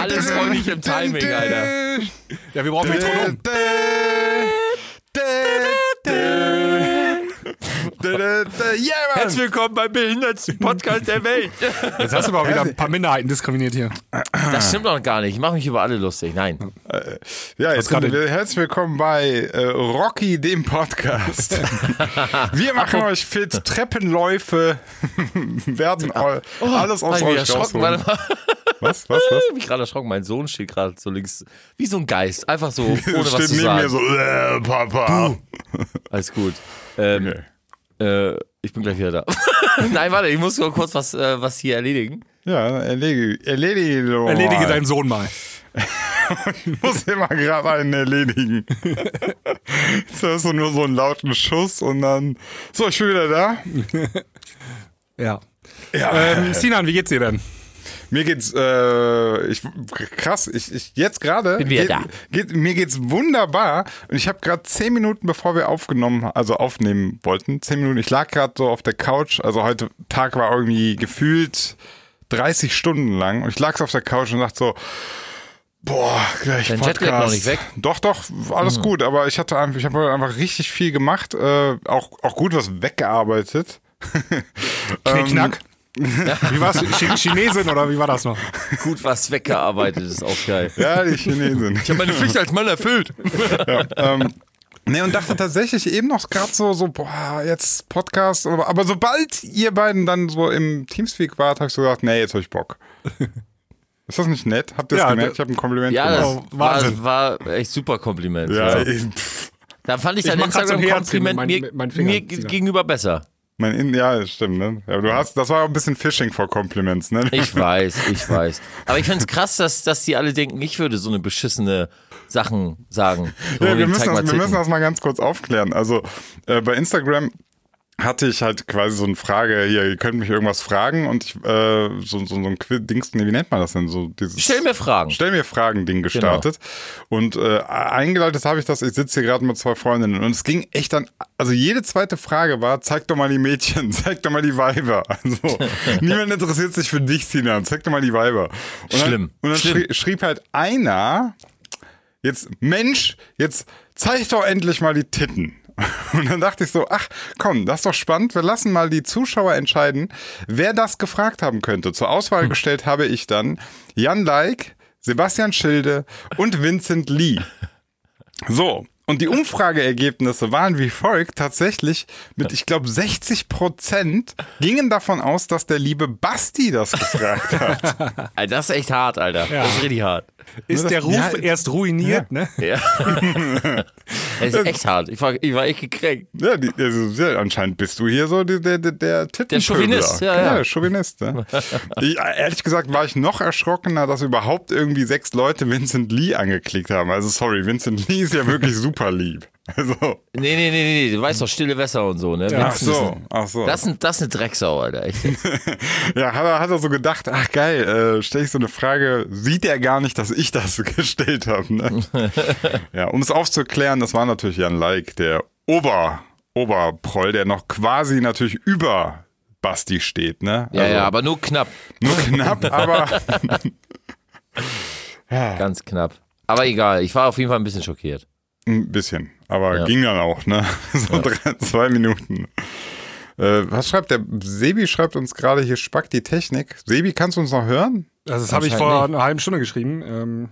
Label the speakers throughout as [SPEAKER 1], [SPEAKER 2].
[SPEAKER 1] Alles voll nicht im Timing, Alter.
[SPEAKER 2] Ja, wir brauchen Metronom.
[SPEAKER 1] Yeah, Herzlich willkommen beim behindertsten Podcast der Welt.
[SPEAKER 2] Jetzt hast du aber auch wieder ein paar Minderheiten diskriminiert hier.
[SPEAKER 1] Das stimmt doch gar nicht. Ich mache mich über alle lustig. Nein.
[SPEAKER 3] Ja, jetzt
[SPEAKER 2] gerade-
[SPEAKER 3] sind wir, herzlich willkommen bei äh, Rocky, dem Podcast. wir machen euch fit, Treppenläufe werden
[SPEAKER 1] Ah.
[SPEAKER 3] all, alles
[SPEAKER 1] Hab
[SPEAKER 3] aus
[SPEAKER 1] ich mich
[SPEAKER 3] euch
[SPEAKER 1] Oh, erschrocken.
[SPEAKER 3] rausholen.
[SPEAKER 1] Warte mal.
[SPEAKER 3] Was, was,
[SPEAKER 1] Ich
[SPEAKER 3] was?
[SPEAKER 1] hab mich gerade erschrocken. Mein Sohn steht gerade so links, wie so ein Geist. Einfach so, ohne
[SPEAKER 3] Steht
[SPEAKER 1] was zu
[SPEAKER 3] neben mir
[SPEAKER 1] sagen.
[SPEAKER 3] so, äh, Papa.
[SPEAKER 1] Alles gut. Ähm, äh, ich bin gleich wieder da. Nein, warte, ich muss nur kurz was, äh, was hier erledigen.
[SPEAKER 3] Ja, erledige, erledige, doch mal.
[SPEAKER 2] Erledige deinen Sohn mal.
[SPEAKER 3] Ich muss immer gerade einen erledigen. Jetzt hörst du nur so einen lauten Schuss und dann, so, ich bin wieder da.
[SPEAKER 2] Ja.
[SPEAKER 3] Ja.
[SPEAKER 2] Ähm, Sinan, wie geht's dir denn?
[SPEAKER 3] Mir geht's äh, ich, krass, ich, ich jetzt gerade
[SPEAKER 1] Bin wieder
[SPEAKER 3] geht,
[SPEAKER 1] da.
[SPEAKER 3] geht, mir geht's wunderbar und ich habe gerade zehn Minuten bevor wir aufgenommen, also aufnehmen wollten, zehn Minuten. Ich lag gerade so auf der Couch, also heute Tag war irgendwie gefühlt 30 Stunden lang und ich lag so auf der Couch und dachte so Boah, gleich
[SPEAKER 1] Dein
[SPEAKER 3] Podcast.
[SPEAKER 1] Jetlag noch nicht weg? Hm.
[SPEAKER 3] Doch, doch, alles gut. Aber ich hatte einfach, ich habe einfach richtig viel gemacht, äh, auch auch gut was weggearbeitet. Ähm,
[SPEAKER 2] Knickknack? Wie war's? Ch Chinesin oder wie war das noch?
[SPEAKER 1] Gut was weggearbeitet, ist auch geil.
[SPEAKER 3] Ja, die Chinesen.
[SPEAKER 1] Ich habe meine Pflicht als Mann erfüllt.
[SPEAKER 3] ähm, ne, und dachte tatsächlich eben noch gerade so, so, boah, jetzt Podcast. Aber, aber sobald ihr beiden dann so im Teamspeak wart, habe ich so gedacht, nee, jetzt habe ich Bock. Ist das nicht nett? Habt ihr das
[SPEAKER 2] Ja,
[SPEAKER 3] gemerkt?
[SPEAKER 2] da-
[SPEAKER 3] Ich habe ein Kompliment
[SPEAKER 1] Ja, das
[SPEAKER 2] Wow, Wahnsinn.
[SPEAKER 1] war, war echt super Kompliment.
[SPEAKER 3] ja,
[SPEAKER 1] Also,
[SPEAKER 3] ich- pff,
[SPEAKER 1] da fand ich
[SPEAKER 2] Ich
[SPEAKER 1] dein
[SPEAKER 2] mach grad so ein
[SPEAKER 1] Instagram-Kompliment
[SPEAKER 2] Herzchen mit
[SPEAKER 1] mir,
[SPEAKER 2] meinen- mit meinen Fingern,
[SPEAKER 1] mir
[SPEAKER 2] Sinan.
[SPEAKER 1] gegenüber besser.
[SPEAKER 3] mein In ja, das stimmt, ne? Ja, du hast, das war auch ein bisschen Phishing vor Kompliments, ne?
[SPEAKER 1] Ich weiß, ich weiß. Aber ich find's krass, dass, dass die alle denken, ich würde so eine beschissene Sachen sagen. So,
[SPEAKER 3] Ja, wir,
[SPEAKER 1] zeig
[SPEAKER 3] müssen
[SPEAKER 1] mal
[SPEAKER 3] das, wir
[SPEAKER 1] Titten.
[SPEAKER 3] müssen das mal ganz kurz aufklären. Also äh, bei Instagram hatte ich halt quasi so eine Frage, hier, ihr könnt mich irgendwas fragen und ich, äh, so, so, so ein Quiz, Dings, nee, wie nennt man das denn? So dieses
[SPEAKER 1] Stell mir Fragen.
[SPEAKER 3] Stell mir Fragen-Ding gestartet. Und äh, eingeleitet habe ich das, ich sitze hier gerade mit zwei Freundinnen und es ging echt dann, also jede zweite Frage war, zeig doch mal die Mädchen, zeig doch mal die Weiber. Also niemand interessiert sich für dich, Sinan, zeig doch mal die Weiber. Und
[SPEAKER 1] Schlimm.
[SPEAKER 3] Dann, und dann
[SPEAKER 1] Schlimm.
[SPEAKER 3] Schrie, schrieb halt einer, jetzt, Mensch, jetzt zeig doch endlich mal die Titten. Und dann dachte ich so, ach komm, das ist doch spannend. Wir lassen mal die Zuschauer entscheiden, wer das gefragt haben könnte. Zur
[SPEAKER 1] Hm.
[SPEAKER 3] Auswahl gestellt habe ich dann Jan Leik, Sebastian Schilde und Vincent Lee. So, und die Umfrageergebnisse waren wie folgt. Tatsächlich mit, ich glaube, 60 Prozent gingen davon aus, dass der liebe Basti das gefragt hat.
[SPEAKER 1] Alter, Das ist echt hart, Alter. Das ist richtig hart.
[SPEAKER 2] Ist
[SPEAKER 3] das-
[SPEAKER 2] der Ruf
[SPEAKER 3] Ja,
[SPEAKER 2] erst ruiniert, ne?
[SPEAKER 1] Ja. das ist echt hart. Ich war, ich war echt gekränkt.
[SPEAKER 3] Ja, die, also, ja, anscheinend bist du hier so die, der, der, der Tittenpöbler.
[SPEAKER 1] Chauvinist, ja,
[SPEAKER 3] Genau,
[SPEAKER 1] ja.
[SPEAKER 3] Der Chauvinist, ne? ich, Ehrlich gesagt war ich noch erschrockener, dass überhaupt irgendwie sechs Leute Vincent Lee angeklickt haben. Also sorry, Vincent Lee ist ja wirklich super lieb. Also,
[SPEAKER 1] Nee, nee, nee, nee, nee. Du weißt doch, stille Wässer und so, ne?
[SPEAKER 3] ach
[SPEAKER 1] Wenigstens-
[SPEAKER 3] so, ach so.
[SPEAKER 1] Das ist, ein- das ist eine Drecksau, Alter. Echt.
[SPEAKER 3] ja, hat er, hat er so gedacht, ach geil, äh, stelle ich so eine Frage, sieht er gar nicht, dass ich das gestellt habe. Ne? ja, um es aufzuklären, das war natürlich Jan Like, der Ober, Oberproll, der noch quasi natürlich über Basti steht, ne?
[SPEAKER 1] Ja,
[SPEAKER 3] Also,
[SPEAKER 1] ja, aber nur knapp.
[SPEAKER 3] Nur knapp, aber
[SPEAKER 1] Ganz knapp. Aber egal, ich war auf jeden Fall ein bisschen schockiert.
[SPEAKER 3] ein bisschen. Aber
[SPEAKER 1] Ja.
[SPEAKER 3] ging dann auch, ne? So drei, zwei Minuten. Äh, was schreibt der? Sebi schreibt uns gerade hier Spack die Technik. Sebi, kannst du uns noch hören?
[SPEAKER 2] Also das habe ich vor einer halben Stunde geschrieben. Ähm,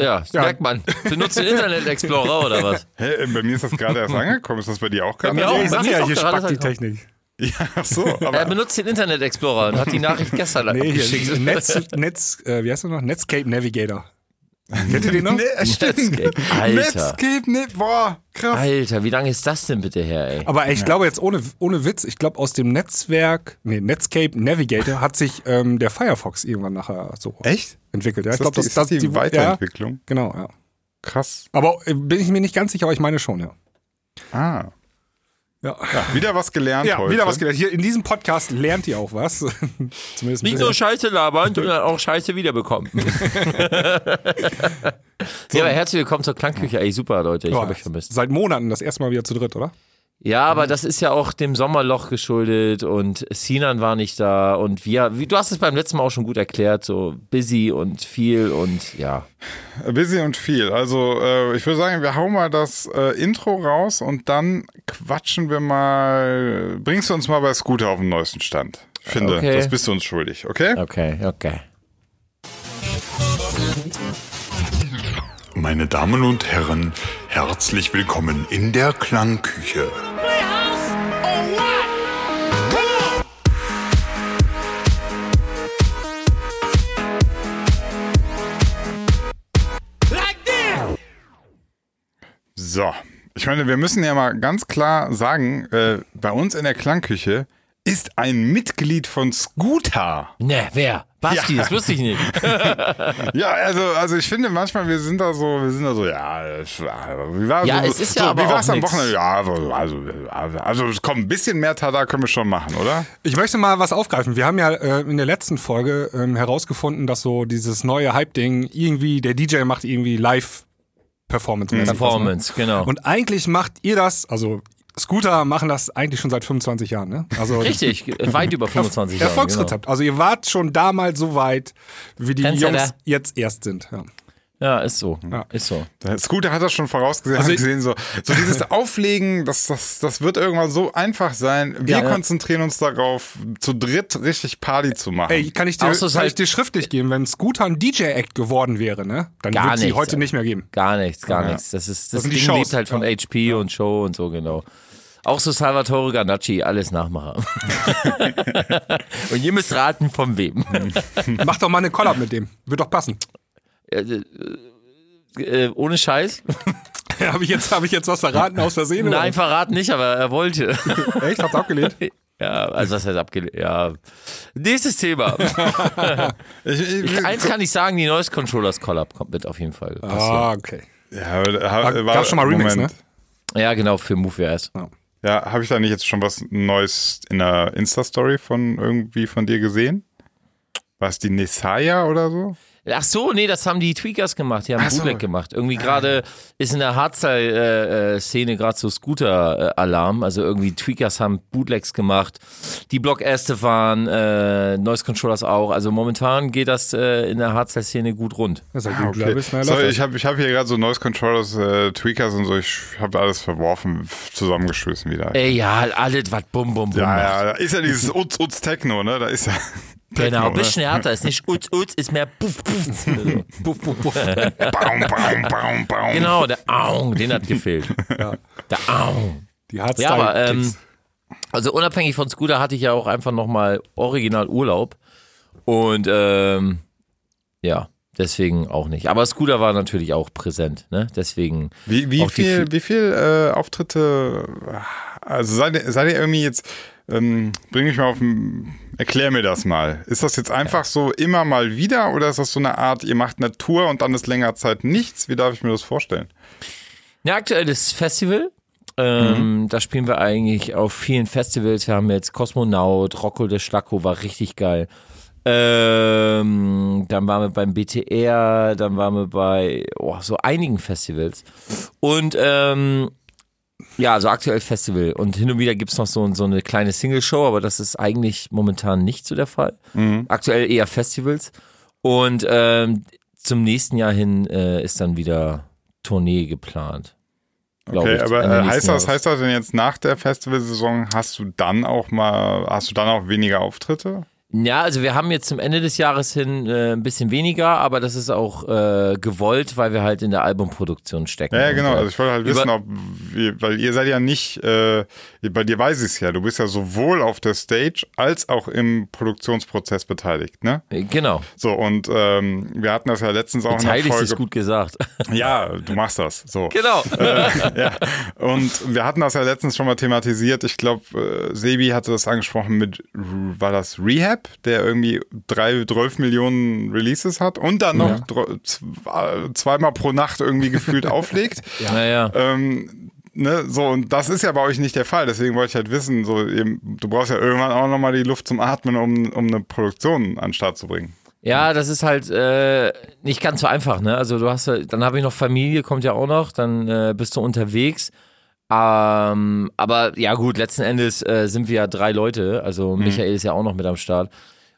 [SPEAKER 1] Ja, das
[SPEAKER 2] Ja.
[SPEAKER 1] merkt man. Du nutzt den Internet Explorer oder was?
[SPEAKER 3] Hä, äh, bei mir ist das gerade erst angekommen. Ist das bei dir auch
[SPEAKER 1] Bei
[SPEAKER 3] gerade?
[SPEAKER 1] mir auch.
[SPEAKER 3] angekommen?
[SPEAKER 2] ich sag ja,
[SPEAKER 1] doch
[SPEAKER 2] hier
[SPEAKER 1] gerade,
[SPEAKER 2] spackt die
[SPEAKER 1] sag ich
[SPEAKER 2] Technik.
[SPEAKER 3] Ja, ach so.
[SPEAKER 1] Er
[SPEAKER 3] Aber
[SPEAKER 1] benutzt den Internet Explorer und hat die Nachricht gestern
[SPEAKER 2] Nee,
[SPEAKER 1] abgeschickt.
[SPEAKER 2] hier, Netz, Netz, äh, wie heißt das noch? Netscape Navigator. Kennt ihr den noch?
[SPEAKER 3] nee, stimmt.
[SPEAKER 1] Netscape. Alter.
[SPEAKER 3] Netscape, nee, boah, krass.
[SPEAKER 1] Alter, wie lange ist das denn bitte her, ey?
[SPEAKER 2] Aber ich glaube jetzt ohne, ohne Witz, ich glaube aus dem Netzwerk, nee, Netscape Navigator hat sich ähm, der Firefox irgendwann nachher so
[SPEAKER 3] Echt?
[SPEAKER 2] entwickelt. Ja, ich
[SPEAKER 3] Ist das
[SPEAKER 2] glaube,
[SPEAKER 3] die,
[SPEAKER 2] das
[SPEAKER 3] ist das die, Weiterentwicklung?
[SPEAKER 2] Weiterentwicklung. Ja, genau, ja.
[SPEAKER 3] Krass.
[SPEAKER 2] Aber äh, bin ich mir nicht ganz sicher, aber ich meine schon, ja.
[SPEAKER 3] Ah.
[SPEAKER 2] Ja,
[SPEAKER 3] Wieder was gelernt
[SPEAKER 2] ja
[SPEAKER 3] heute.
[SPEAKER 2] wieder was gelernt. Hier in diesem Podcast lernt ihr auch was. Zumindest ein
[SPEAKER 1] Nicht nur
[SPEAKER 2] bisschen.
[SPEAKER 1] Scheiße labern, sondern auch Scheiße wiederbekommen. ja, aber herzlich willkommen zur Klangküche. Ey, super, Leute. Ich
[SPEAKER 2] Ja,
[SPEAKER 1] habe euch vermisst.
[SPEAKER 2] Seit Monaten das erste Mal wieder zu dritt, oder?
[SPEAKER 1] Ja, aber das ist ja auch dem Sommerloch geschuldet und Sinan war nicht da und wir, wie, du hast es beim letzten Mal auch schon gut erklärt, so busy und viel und ja.
[SPEAKER 3] Busy und viel. Also äh, ich würde sagen, wir hauen mal das äh, Intro raus und dann quatschen wir mal, bringst du uns mal bei Scooter auf den neuesten Stand. Ich finde,
[SPEAKER 1] Okay. Äh,
[SPEAKER 3] das bist du uns schuldig, okay?
[SPEAKER 1] Okay, okay.
[SPEAKER 4] Meine Damen und Herren, herzlich willkommen in der Klangküche.
[SPEAKER 5] Playhouse or what? Come on! Like this!
[SPEAKER 3] So, ich meine, wir müssen ja mal ganz klar sagen, äh, bei uns in der Klangküche ist ein Mitglied von Scooter.
[SPEAKER 1] Ne, wer? Basti,
[SPEAKER 3] Ja.
[SPEAKER 1] das wusste ich nicht.
[SPEAKER 3] Ja, also, also ich finde manchmal, wir sind da so, wir sind da so, ja, äh, wie war
[SPEAKER 1] Ja,
[SPEAKER 3] so,
[SPEAKER 1] es ist ja
[SPEAKER 3] so,
[SPEAKER 1] aber
[SPEAKER 3] wie war's
[SPEAKER 1] auch
[SPEAKER 3] am
[SPEAKER 1] nix.
[SPEAKER 3] Wochenende? Ja, also, also, also, also komm, ein bisschen mehr Tada können wir schon machen, oder?
[SPEAKER 2] Ich möchte mal was aufgreifen. Wir haben ja äh, in der letzten Folge ähm, herausgefunden, dass so dieses neue Hype-Ding irgendwie, der DJ macht irgendwie live performance
[SPEAKER 1] Performance, genau.
[SPEAKER 2] Und eigentlich macht ihr das, also Scooter machen das eigentlich schon seit 25 Jahren, ne? Also
[SPEAKER 1] Richtig, weit über 25 Jahre.
[SPEAKER 2] Erfolgsrezept.
[SPEAKER 1] genau.
[SPEAKER 2] Also ihr wart schon damals so weit, wie die
[SPEAKER 1] Trendsetter.
[SPEAKER 2] Jungs jetzt erst sind. Ja.
[SPEAKER 1] Genau. Ja, ist so. Ist so.
[SPEAKER 3] Der Scooter hat das schon vorausgesehen,
[SPEAKER 2] Also
[SPEAKER 3] hat
[SPEAKER 2] ich-
[SPEAKER 3] gesehen, so, so dieses Auflegen, das, das, das wird irgendwann so einfach sein. Wir
[SPEAKER 1] Ja.
[SPEAKER 3] konzentrieren uns darauf, zu dritt richtig Party zu machen.
[SPEAKER 2] Ey, kann ich dir,
[SPEAKER 1] Außer es
[SPEAKER 2] kann
[SPEAKER 1] ist halt-
[SPEAKER 2] ich dir schriftlich geben, wenn Scooter ein DJ-Act geworden wäre, ne? Dann
[SPEAKER 1] Gar
[SPEAKER 2] wird sie
[SPEAKER 1] nichts,
[SPEAKER 2] heute
[SPEAKER 1] ey.
[SPEAKER 2] nicht mehr geben.
[SPEAKER 1] Gar nichts, gar nichts. Das ist das,
[SPEAKER 2] sind die
[SPEAKER 1] Ding
[SPEAKER 2] Shows.
[SPEAKER 1] lebt halt von HP und Show und so, genau. Auch so Salvatore Ganacci, alles Nachmacher. und ihr müsst raten, von wem.
[SPEAKER 2] Mach doch mal eine Collab mit dem. Wird doch passen.
[SPEAKER 1] Äh, ohne Scheiß.
[SPEAKER 2] Habe ich, jetzt- hab ich jetzt was verraten aus Versehen? oder?
[SPEAKER 1] Nein, verraten nicht, aber er wollte.
[SPEAKER 2] Echt? Hab's abgelehnt?
[SPEAKER 1] ja, also was heißt abgelehnt? Ja. Nächstes Thema.
[SPEAKER 3] ich, ich,
[SPEAKER 1] Ich, eins kann ich sagen, die Noise Controllers Collab kommt mit auf jeden Fall. Passt
[SPEAKER 2] Ah, okay.
[SPEAKER 3] ja, war,
[SPEAKER 2] Gab schon mal Remix,
[SPEAKER 3] Moment.
[SPEAKER 2] ne?
[SPEAKER 1] ja. ja, genau, für MoveWS.
[SPEAKER 3] Ja, habe ich da nicht jetzt schon was Neues in der Insta-Story von irgendwie von dir gesehen? War es die Nesaya oder so?
[SPEAKER 1] Ach so, nee, das haben die Tweakers gemacht, die haben
[SPEAKER 3] Ach so.
[SPEAKER 1] Bootleg gemacht. Irgendwie gerade ist in der Hardstyle-Szene gerade so Scooter-Alarm. Also irgendwie Tweakers haben Bootlegs gemacht, die Block Estefan, äh, Noise Controllers auch. Also momentan geht das äh, in der Hardstyle-Szene gut rund.
[SPEAKER 2] Das ist
[SPEAKER 3] Ah,
[SPEAKER 2] halt
[SPEAKER 3] okay.
[SPEAKER 2] okay. bist, ne?
[SPEAKER 3] Sorry, ich habe ich hab hier gerade so Noise Controllers, äh, Tweakers und so, ich habe alles verworfen, zusammengeschmissen wieder.
[SPEAKER 1] Ey, ja, alles, was bum bum bum.
[SPEAKER 3] ja,
[SPEAKER 1] macht.
[SPEAKER 3] ja, da ist ja dieses Uz Uz Techno, ne? Da ist ja.
[SPEAKER 1] Genau,
[SPEAKER 3] Techno, ne?
[SPEAKER 1] ein bisschen härter. Ist nicht Uts Uts, ist mehr Puff Puff. So. puff, puff, puff.
[SPEAKER 3] Ne? Baum, baum, baum, baum.
[SPEAKER 1] genau, der Aung, den hat gefehlt. Der Aung.
[SPEAKER 2] Die
[SPEAKER 1] Ja, aber ähm,
[SPEAKER 2] Hardstyle-Kicks.
[SPEAKER 1] also unabhängig von Scooter hatte ich ja auch einfach nochmal original Urlaub. Und ähm, ja, deswegen auch nicht. Aber Scooter war natürlich auch präsent, ne? Deswegen.
[SPEAKER 3] Wie, wie
[SPEAKER 1] Auch die
[SPEAKER 3] viel,
[SPEAKER 1] Fi-
[SPEAKER 3] wie viel äh, Auftritte, also seid ihr, seid ihr irgendwie jetzt, ähm, bring mich mal auf, den- erklär mir das mal. Ist das jetzt einfach so immer mal wieder oder ist das so eine Art, ihr macht eine Tour und dann ist länger Zeit nichts? Wie darf ich mir das vorstellen?
[SPEAKER 1] Ein aktuelles Festival. Ähm,
[SPEAKER 3] Mhm.
[SPEAKER 1] Da spielen wir eigentlich auf vielen Festivals. Wir haben jetzt Kosmonaut, Rocco de Schlacko war richtig geil. Ähm, dann waren wir beim BTR, dann waren wir bei oh, so einigen Festivals. Und ähm, ja, also aktuell Festival. Und hin und wieder gibt es noch so, so eine kleine Single-Show, aber das ist eigentlich momentan nicht so der Fall.
[SPEAKER 3] Mhm.
[SPEAKER 1] Aktuell eher Festivals. Und ähm, zum nächsten Jahr hin äh, ist dann wieder Tournee geplant. Glaub
[SPEAKER 3] Okay,
[SPEAKER 1] ich,
[SPEAKER 3] aber
[SPEAKER 1] Ende
[SPEAKER 3] äh, heißt
[SPEAKER 1] nächsten
[SPEAKER 3] das,
[SPEAKER 1] Jahres.
[SPEAKER 3] heißt das denn jetzt nach der Festivalsaison hast du dann auch mal, hast du dann auch weniger Auftritte?
[SPEAKER 1] Ja, also wir haben jetzt zum Ende des Jahres hin äh, ein bisschen weniger, aber das ist auch äh, gewollt, weil wir halt in der Albumproduktion stecken.
[SPEAKER 3] Ja, ja genau.
[SPEAKER 1] Und, äh,
[SPEAKER 3] Also ich wollte halt
[SPEAKER 1] über-
[SPEAKER 3] wissen, ob, wir- weil ihr seid ja nicht, äh, bei dir weiß ich es ja, du bist ja sowohl auf der Stage als auch im Produktionsprozess beteiligt, ne?
[SPEAKER 1] äh, genau.
[SPEAKER 3] So, und ähm, wir hatten das ja letztens auch in
[SPEAKER 1] Beteiligt
[SPEAKER 3] der
[SPEAKER 1] ist
[SPEAKER 3] Folge.
[SPEAKER 1] gut gesagt.
[SPEAKER 3] Ja, du machst das. So.
[SPEAKER 1] genau.
[SPEAKER 3] ja. Und wir hatten das ja letztens schon mal thematisiert. Ich glaube, äh, Sebi hatte das angesprochen mit, R- war das Rehab, der irgendwie drei, 12 Millionen Releases hat und dann noch dro- zw- äh, zweimal pro Nacht irgendwie gefühlt auflegt.
[SPEAKER 1] Naja.
[SPEAKER 3] Ähm, ne, so, und das ist ja bei euch nicht der Fall. Deswegen wollte ich halt wissen, so, ihr, du brauchst ja irgendwann auch nochmal die Luft zum Atmen, um, um eine Produktion an den Start zu bringen.
[SPEAKER 1] Ja, das ist halt äh, nicht ganz so einfach, ne? Also du hast ja- dann habe ich noch Familie, kommt ja auch noch, dann äh, bist du unterwegs. Ähm, aber ja gut, letzten Endes äh, sind wir ja drei Leute, also Michael ist ja auch noch mit am Start.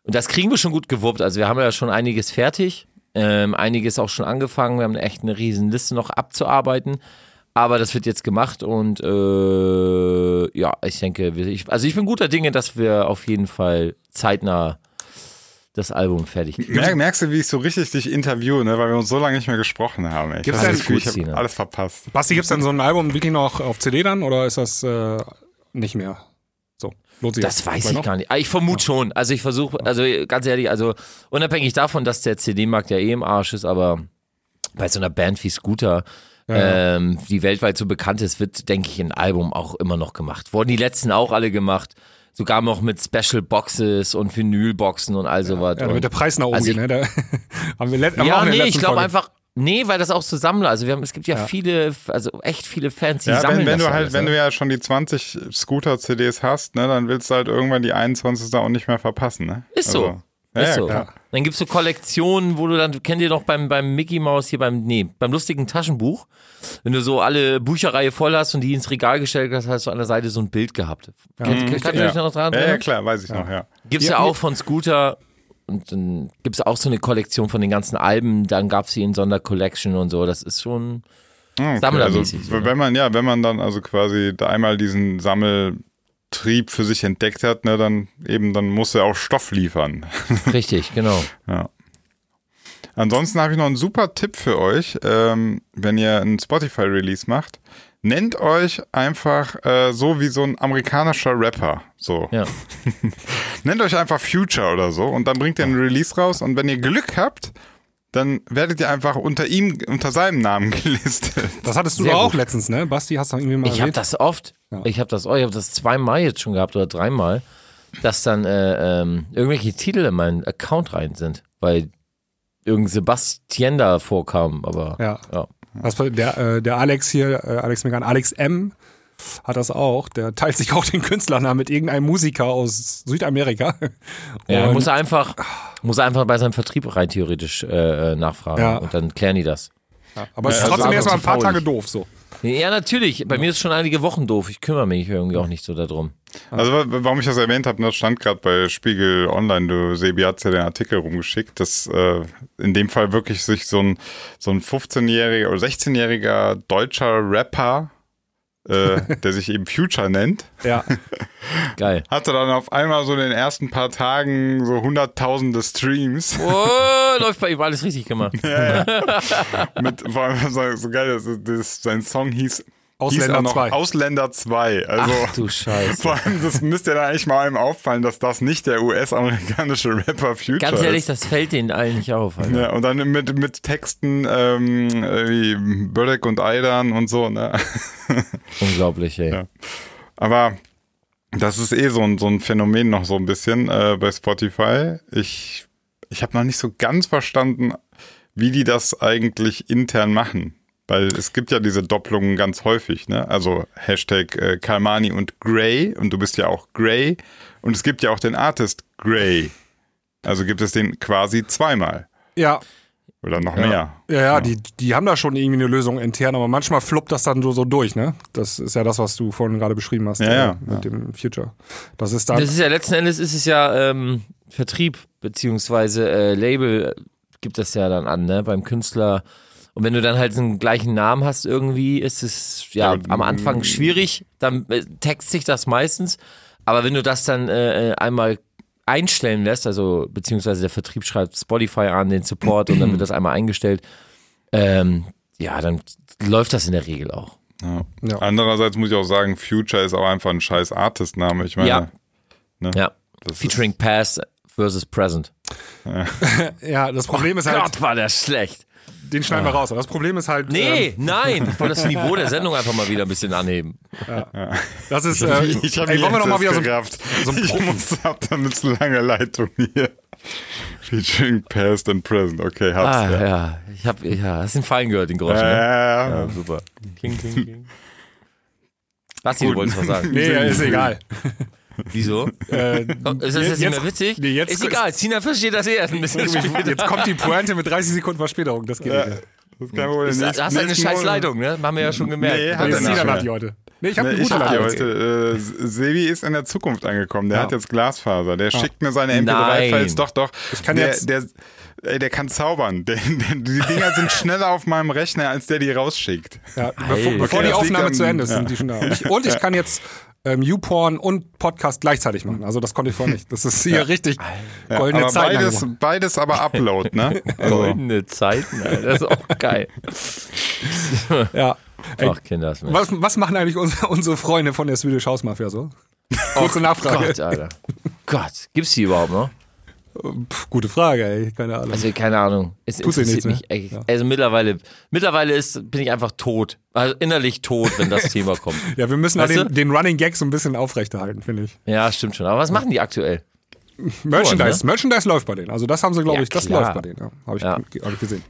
[SPEAKER 1] Und das kriegen wir schon gut gewuppt. Also wir haben ja schon einiges fertig, ähm, einiges auch schon angefangen. Wir haben echt eine riesen Liste noch abzuarbeiten. Aber das wird jetzt gemacht und äh, ja, ich denke, wir- ich, also ich bin guter Dinge, dass wir auf jeden Fall zeitnah das Album fertig kriegen.
[SPEAKER 3] Merk, merkst du, wie ich so richtig dich interviewe, ne? weil wir uns so lange nicht mehr gesprochen haben. ey. Ich
[SPEAKER 2] Gibt's
[SPEAKER 3] hab
[SPEAKER 2] denn-
[SPEAKER 3] das Gefühl, ich
[SPEAKER 1] Gut, Sina.
[SPEAKER 3] habe alles verpasst.
[SPEAKER 2] Basti, gibt's denn so ein Album wirklich noch auf CD dann oder ist das äh, nicht mehr? So, lohnt sich
[SPEAKER 1] Das weiß ich gar nicht. Ah, Ich vermute schon. Also ich versuche, also ganz ehrlich, also unabhängig davon, dass der CD-Markt ja eh im Arsch ist, aber bei so einer Band wie Scooter, ähm, die weltweit so bekannt ist, wird, denke ich, ein Album auch immer noch gemacht. Wurden die letzten auch alle gemacht. Sogar noch mit Special Boxes und Vinylboxen und all sowas.
[SPEAKER 2] Ja, damit
[SPEAKER 1] Und-
[SPEAKER 2] der Preis nach oben
[SPEAKER 1] Also
[SPEAKER 2] geht, ne? Da haben wir let- haben wir auch
[SPEAKER 1] ja,
[SPEAKER 2] in der
[SPEAKER 1] nee, ich
[SPEAKER 2] letzten
[SPEAKER 1] glaube
[SPEAKER 2] Folge-
[SPEAKER 1] einfach, nee, weil das auch so Sammler, also wir haben, es gibt ja, viele, also echt viele Fans, die
[SPEAKER 3] Ja,
[SPEAKER 1] sammeln
[SPEAKER 3] wenn, wenn
[SPEAKER 1] das
[SPEAKER 3] du halt,
[SPEAKER 1] alles,
[SPEAKER 3] wenn
[SPEAKER 1] ne?
[SPEAKER 3] du ja schon die 20 Scooter-CDs hast, ne, dann willst du halt irgendwann die 21. auch nicht mehr verpassen, ne?
[SPEAKER 1] Ist so.
[SPEAKER 3] Also, ja,
[SPEAKER 1] ist
[SPEAKER 3] ja,
[SPEAKER 1] so.
[SPEAKER 3] klar.
[SPEAKER 1] Dann gibt's so Kollektionen, wo du dann, kennt ihr noch beim, beim Mickey Mouse hier beim, nee, beim lustigen Taschenbuch, wenn du so alle Bücherreihe voll hast und die ins Regal gestellt hast, hast du an der Seite so ein Bild gehabt. Kennt, kennt, kann ich euch
[SPEAKER 3] Ja.
[SPEAKER 1] noch dran
[SPEAKER 3] ja, ja,
[SPEAKER 1] erinnern?
[SPEAKER 3] klar, weiß ich noch, ja.
[SPEAKER 1] Gibt's ja, auch von Scooter und dann gibt's auch so eine Kollektion von den ganzen Alben, dann gab's sie in Sondercollection und so, das ist schon sammlermäßig.
[SPEAKER 3] Also,
[SPEAKER 1] so, ne?
[SPEAKER 3] wenn man, ja, wenn man dann also quasi da einmal diesen Sammeltrieb für sich entdeckt hat, ne, dann eben, dann muss er auch Stoff liefern.
[SPEAKER 1] Richtig, genau.
[SPEAKER 3] Ansonsten habe ich noch einen super Tipp für euch, ähm, wenn ihr einen Spotify-Release macht. Nennt euch einfach äh, so wie so ein amerikanischer Rapper. So.
[SPEAKER 1] Ja.
[SPEAKER 3] Nennt euch einfach Future oder so und dann bringt ihr einen Release raus und wenn ihr Glück habt, dann werdet ihr einfach unter ihm, unter seinem Namen gelistet.
[SPEAKER 2] Das hattest du
[SPEAKER 1] Sehr
[SPEAKER 2] doch auch
[SPEAKER 1] gut.
[SPEAKER 2] letztens, ne? Basti, hast du irgendwie mal
[SPEAKER 1] Ich habe
[SPEAKER 2] erwähnt?
[SPEAKER 1] das oft. Ich habe das, oh, ich habe das zweimal jetzt schon gehabt oder dreimal, dass dann äh, ähm, irgendwelche Titel in meinen Account rein sind, weil irgendein Sebastian da vorkam, aber
[SPEAKER 2] Ja.
[SPEAKER 1] ja.
[SPEAKER 2] Das, war der, äh, der Alex hier, äh, Alex Megan, Alex M. hat das auch. Der teilt sich auch den Künstlernamen mit irgendeinem Musiker aus Südamerika.
[SPEAKER 1] Ja,
[SPEAKER 2] Und-
[SPEAKER 1] muss er einfach, muss er einfach bei seinem Vertrieb rein theoretisch äh, äh, nachfragen
[SPEAKER 2] Ja.
[SPEAKER 1] und dann klären die das.
[SPEAKER 2] aber es ist
[SPEAKER 3] Ja, also
[SPEAKER 2] trotzdem
[SPEAKER 3] einfach
[SPEAKER 2] erstmal ein
[SPEAKER 1] zu
[SPEAKER 2] paar
[SPEAKER 1] faul.
[SPEAKER 2] Tage doof so.
[SPEAKER 1] Ja, natürlich. Bei mir ist schon einige Wochen doof. Ich kümmere mich irgendwie auch nicht so darum.
[SPEAKER 3] Also wa- warum ich das erwähnt habe, ne, das stand gerade bei Spiegel Online, du Sebi hat ja den Artikel rumgeschickt, dass äh, in dem Fall wirklich sich so ein, so ein 15-jähriger oder 16-jähriger deutscher Rapper, äh, der sich eben Future nennt,
[SPEAKER 2] Ja.
[SPEAKER 1] Geil.
[SPEAKER 3] hatte dann auf einmal so in den ersten paar Tagen so hunderttausende Streams.
[SPEAKER 1] Oh, läuft bei ihm alles richtig gemacht.
[SPEAKER 3] Mit, vor allem so, so geil, das, das, sein Song hieß
[SPEAKER 2] Ausländer
[SPEAKER 3] hieß auch noch
[SPEAKER 2] 2.
[SPEAKER 3] Ausländer 2. Also,
[SPEAKER 1] Ach du Scheiße.
[SPEAKER 3] Vor allem, das müsste ja dann eigentlich mal einem auffallen, dass das nicht der US-amerikanische Rapper Future
[SPEAKER 1] Ganz ehrlich,
[SPEAKER 3] ist.
[SPEAKER 1] das fällt denen allen nicht auf. Alter.
[SPEAKER 3] Ja, und dann mit, mit Texten ähm, wie Bödek und Aidan und so. Ne?
[SPEAKER 1] Unglaublich, ey.
[SPEAKER 3] Aber das ist eh so ein, so ein Phänomen noch so ein bisschen äh, bei Spotify. Ich, ich habe noch nicht so ganz verstanden, wie die das eigentlich intern machen. Weil es gibt ja diese Doppelungen ganz häufig, ne? Also Hashtag äh, Kalmani und Gray und du bist ja auch Gray. Und es gibt ja auch den Artist Gray. Also gibt es den quasi zweimal
[SPEAKER 2] ja.
[SPEAKER 3] oder noch mehr.
[SPEAKER 2] Ja, ja, die, die haben da schon irgendwie eine Lösung intern, aber manchmal fluppt das dann so, so durch, ne? Das ist ja das, was du vorhin gerade beschrieben hast,
[SPEAKER 3] Ja,
[SPEAKER 2] äh,
[SPEAKER 3] ja,
[SPEAKER 2] mit dem Future. Das ist dann.
[SPEAKER 1] Das ist ja letzten Endes ist es ja ähm, Vertrieb beziehungsweise äh, Label äh, gibt das ja dann an, ne? Beim Künstler. Und wenn du dann halt so einen gleichen Namen hast, irgendwie ist es
[SPEAKER 3] Ja,
[SPEAKER 1] ja,
[SPEAKER 3] aber-
[SPEAKER 1] am Anfang schwierig, dann äh, text sich das meistens. Aber wenn du das dann äh, äh, einmal einstellen lässt, also beziehungsweise der Vertrieb schreibt Spotify an, den Support und dann wird das einmal eingestellt, ähm, ja, dann läuft das in der Regel auch.
[SPEAKER 2] Ja.
[SPEAKER 3] Andererseits muss ich auch sagen, Future ist auch einfach ein scheiß Artistname. Ich meine,
[SPEAKER 1] Ja. Ja.
[SPEAKER 3] Ah das
[SPEAKER 1] Featuring Past versus Present.
[SPEAKER 2] ja, das Problem ist halt,
[SPEAKER 1] Oh Gott, war der schlecht.
[SPEAKER 2] den schneiden wir raus. Aber das Problem ist halt,
[SPEAKER 1] Nee,
[SPEAKER 2] ähm,
[SPEAKER 1] nein. Ich wollte das Niveau der Sendung einfach mal wieder ein bisschen anheben.
[SPEAKER 2] das ist. Äh,
[SPEAKER 3] Ich, ich habe
[SPEAKER 2] ey, wollen wir noch mal wieder so.
[SPEAKER 3] gerafft.
[SPEAKER 2] so ein
[SPEAKER 3] ich muss, hab da eine zu lange Leitung hier. Featuring Past and Present. Okay,
[SPEAKER 1] Ah,
[SPEAKER 3] hab's. ja.
[SPEAKER 1] ja. Ich hab, ja, hast den Fallen gehört, den Geräusch, ne?
[SPEAKER 3] Ja, ja, ja.
[SPEAKER 1] Ja, super. Kling, kling, kling. Basti, du wolltest was sagen.
[SPEAKER 2] Nee, ja, ist egal.
[SPEAKER 1] Wieso?
[SPEAKER 2] Äh,
[SPEAKER 1] Ist das jetzt, nicht mehr witzig?
[SPEAKER 2] Nee, jetzt,
[SPEAKER 1] ist egal, Sina versteht das eh erst ein bisschen
[SPEAKER 2] Jetzt kommt die Pointe mit 30 Sekunden Verspätung. Das geht nicht.
[SPEAKER 3] Das ist kein Problem.
[SPEAKER 1] Ist,
[SPEAKER 3] Nächsten-
[SPEAKER 1] hast du eine
[SPEAKER 3] nächsten
[SPEAKER 1] scheiß
[SPEAKER 3] Monat-
[SPEAKER 1] Leitung, ne? Haben wir ja schon gemerkt.
[SPEAKER 3] Nee, hat
[SPEAKER 2] Nee,
[SPEAKER 3] er
[SPEAKER 2] das ist
[SPEAKER 3] nicht.
[SPEAKER 2] jeder
[SPEAKER 3] mehr.
[SPEAKER 2] hat die heute. Nee, ich habe
[SPEAKER 3] Nee,
[SPEAKER 2] eine
[SPEAKER 3] ich
[SPEAKER 2] gute
[SPEAKER 3] hab die
[SPEAKER 2] Leitung.
[SPEAKER 3] heute. Äh, Sebi ist in der Zukunft angekommen. Der
[SPEAKER 2] Ja. Ah.
[SPEAKER 3] hat jetzt Glasfaser. Der schickt mir seine MP3-Files.
[SPEAKER 1] Nein.
[SPEAKER 3] Doch, doch.
[SPEAKER 2] Ich kann
[SPEAKER 3] der,
[SPEAKER 2] jetzt-
[SPEAKER 3] Der, ey, der kann zaubern. Der, der, die Dinger sind schneller auf meinem Rechner, als der die rausschickt.
[SPEAKER 2] Ja, bevor bevor
[SPEAKER 3] Okay,
[SPEAKER 2] die
[SPEAKER 3] das liegt
[SPEAKER 2] Aufnahme
[SPEAKER 3] am-
[SPEAKER 2] zu Ende ist,
[SPEAKER 3] ja.
[SPEAKER 2] sind die schon da. Und ich, und ich kann jetzt ähm, YouPorn und Podcast gleichzeitig machen. Also das konnte ich vorher nicht. Das ist hier richtig goldene
[SPEAKER 3] aber
[SPEAKER 2] Zeit. lang
[SPEAKER 3] beides,
[SPEAKER 2] gemacht.
[SPEAKER 3] beides aber Upload, ne? Also,
[SPEAKER 1] Goldene Zeiten, Alter. Das ist auch geil.
[SPEAKER 2] Ja. Ey,
[SPEAKER 1] Ach, Kinder, ist mir.
[SPEAKER 2] was, was machen eigentlich unsere, unsere Freunde von der Swedish House Mafia so? Kurze Nachfrage.
[SPEAKER 3] Oh
[SPEAKER 1] Gott, Alter. Gott, gibt's die überhaupt noch?
[SPEAKER 2] Pff, gute Frage, ey. Keine Ahnung.
[SPEAKER 1] Also keine Ahnung. Es
[SPEAKER 2] Tut dir
[SPEAKER 1] interessiert mich
[SPEAKER 2] nichts, ne?
[SPEAKER 1] echt.
[SPEAKER 2] Ja.
[SPEAKER 1] Also mittlerweile, mittlerweile ist, bin ich einfach tot. Also innerlich tot, wenn das Thema kommt.
[SPEAKER 2] ja, wir müssen da
[SPEAKER 1] Weißt
[SPEAKER 2] den,
[SPEAKER 1] du?
[SPEAKER 2] den Running Gag so ein bisschen aufrechterhalten, finde ich.
[SPEAKER 1] Ja, stimmt schon. Aber was machen die aktuell?
[SPEAKER 2] Merchandise.
[SPEAKER 1] ne?
[SPEAKER 2] Merchandise läuft bei denen. Also das haben sie, glaube
[SPEAKER 1] Ja,
[SPEAKER 2] ich, das
[SPEAKER 1] klar.
[SPEAKER 2] läuft bei denen. Ja, habe ich,
[SPEAKER 1] Ja.
[SPEAKER 2] hab ich gesehen.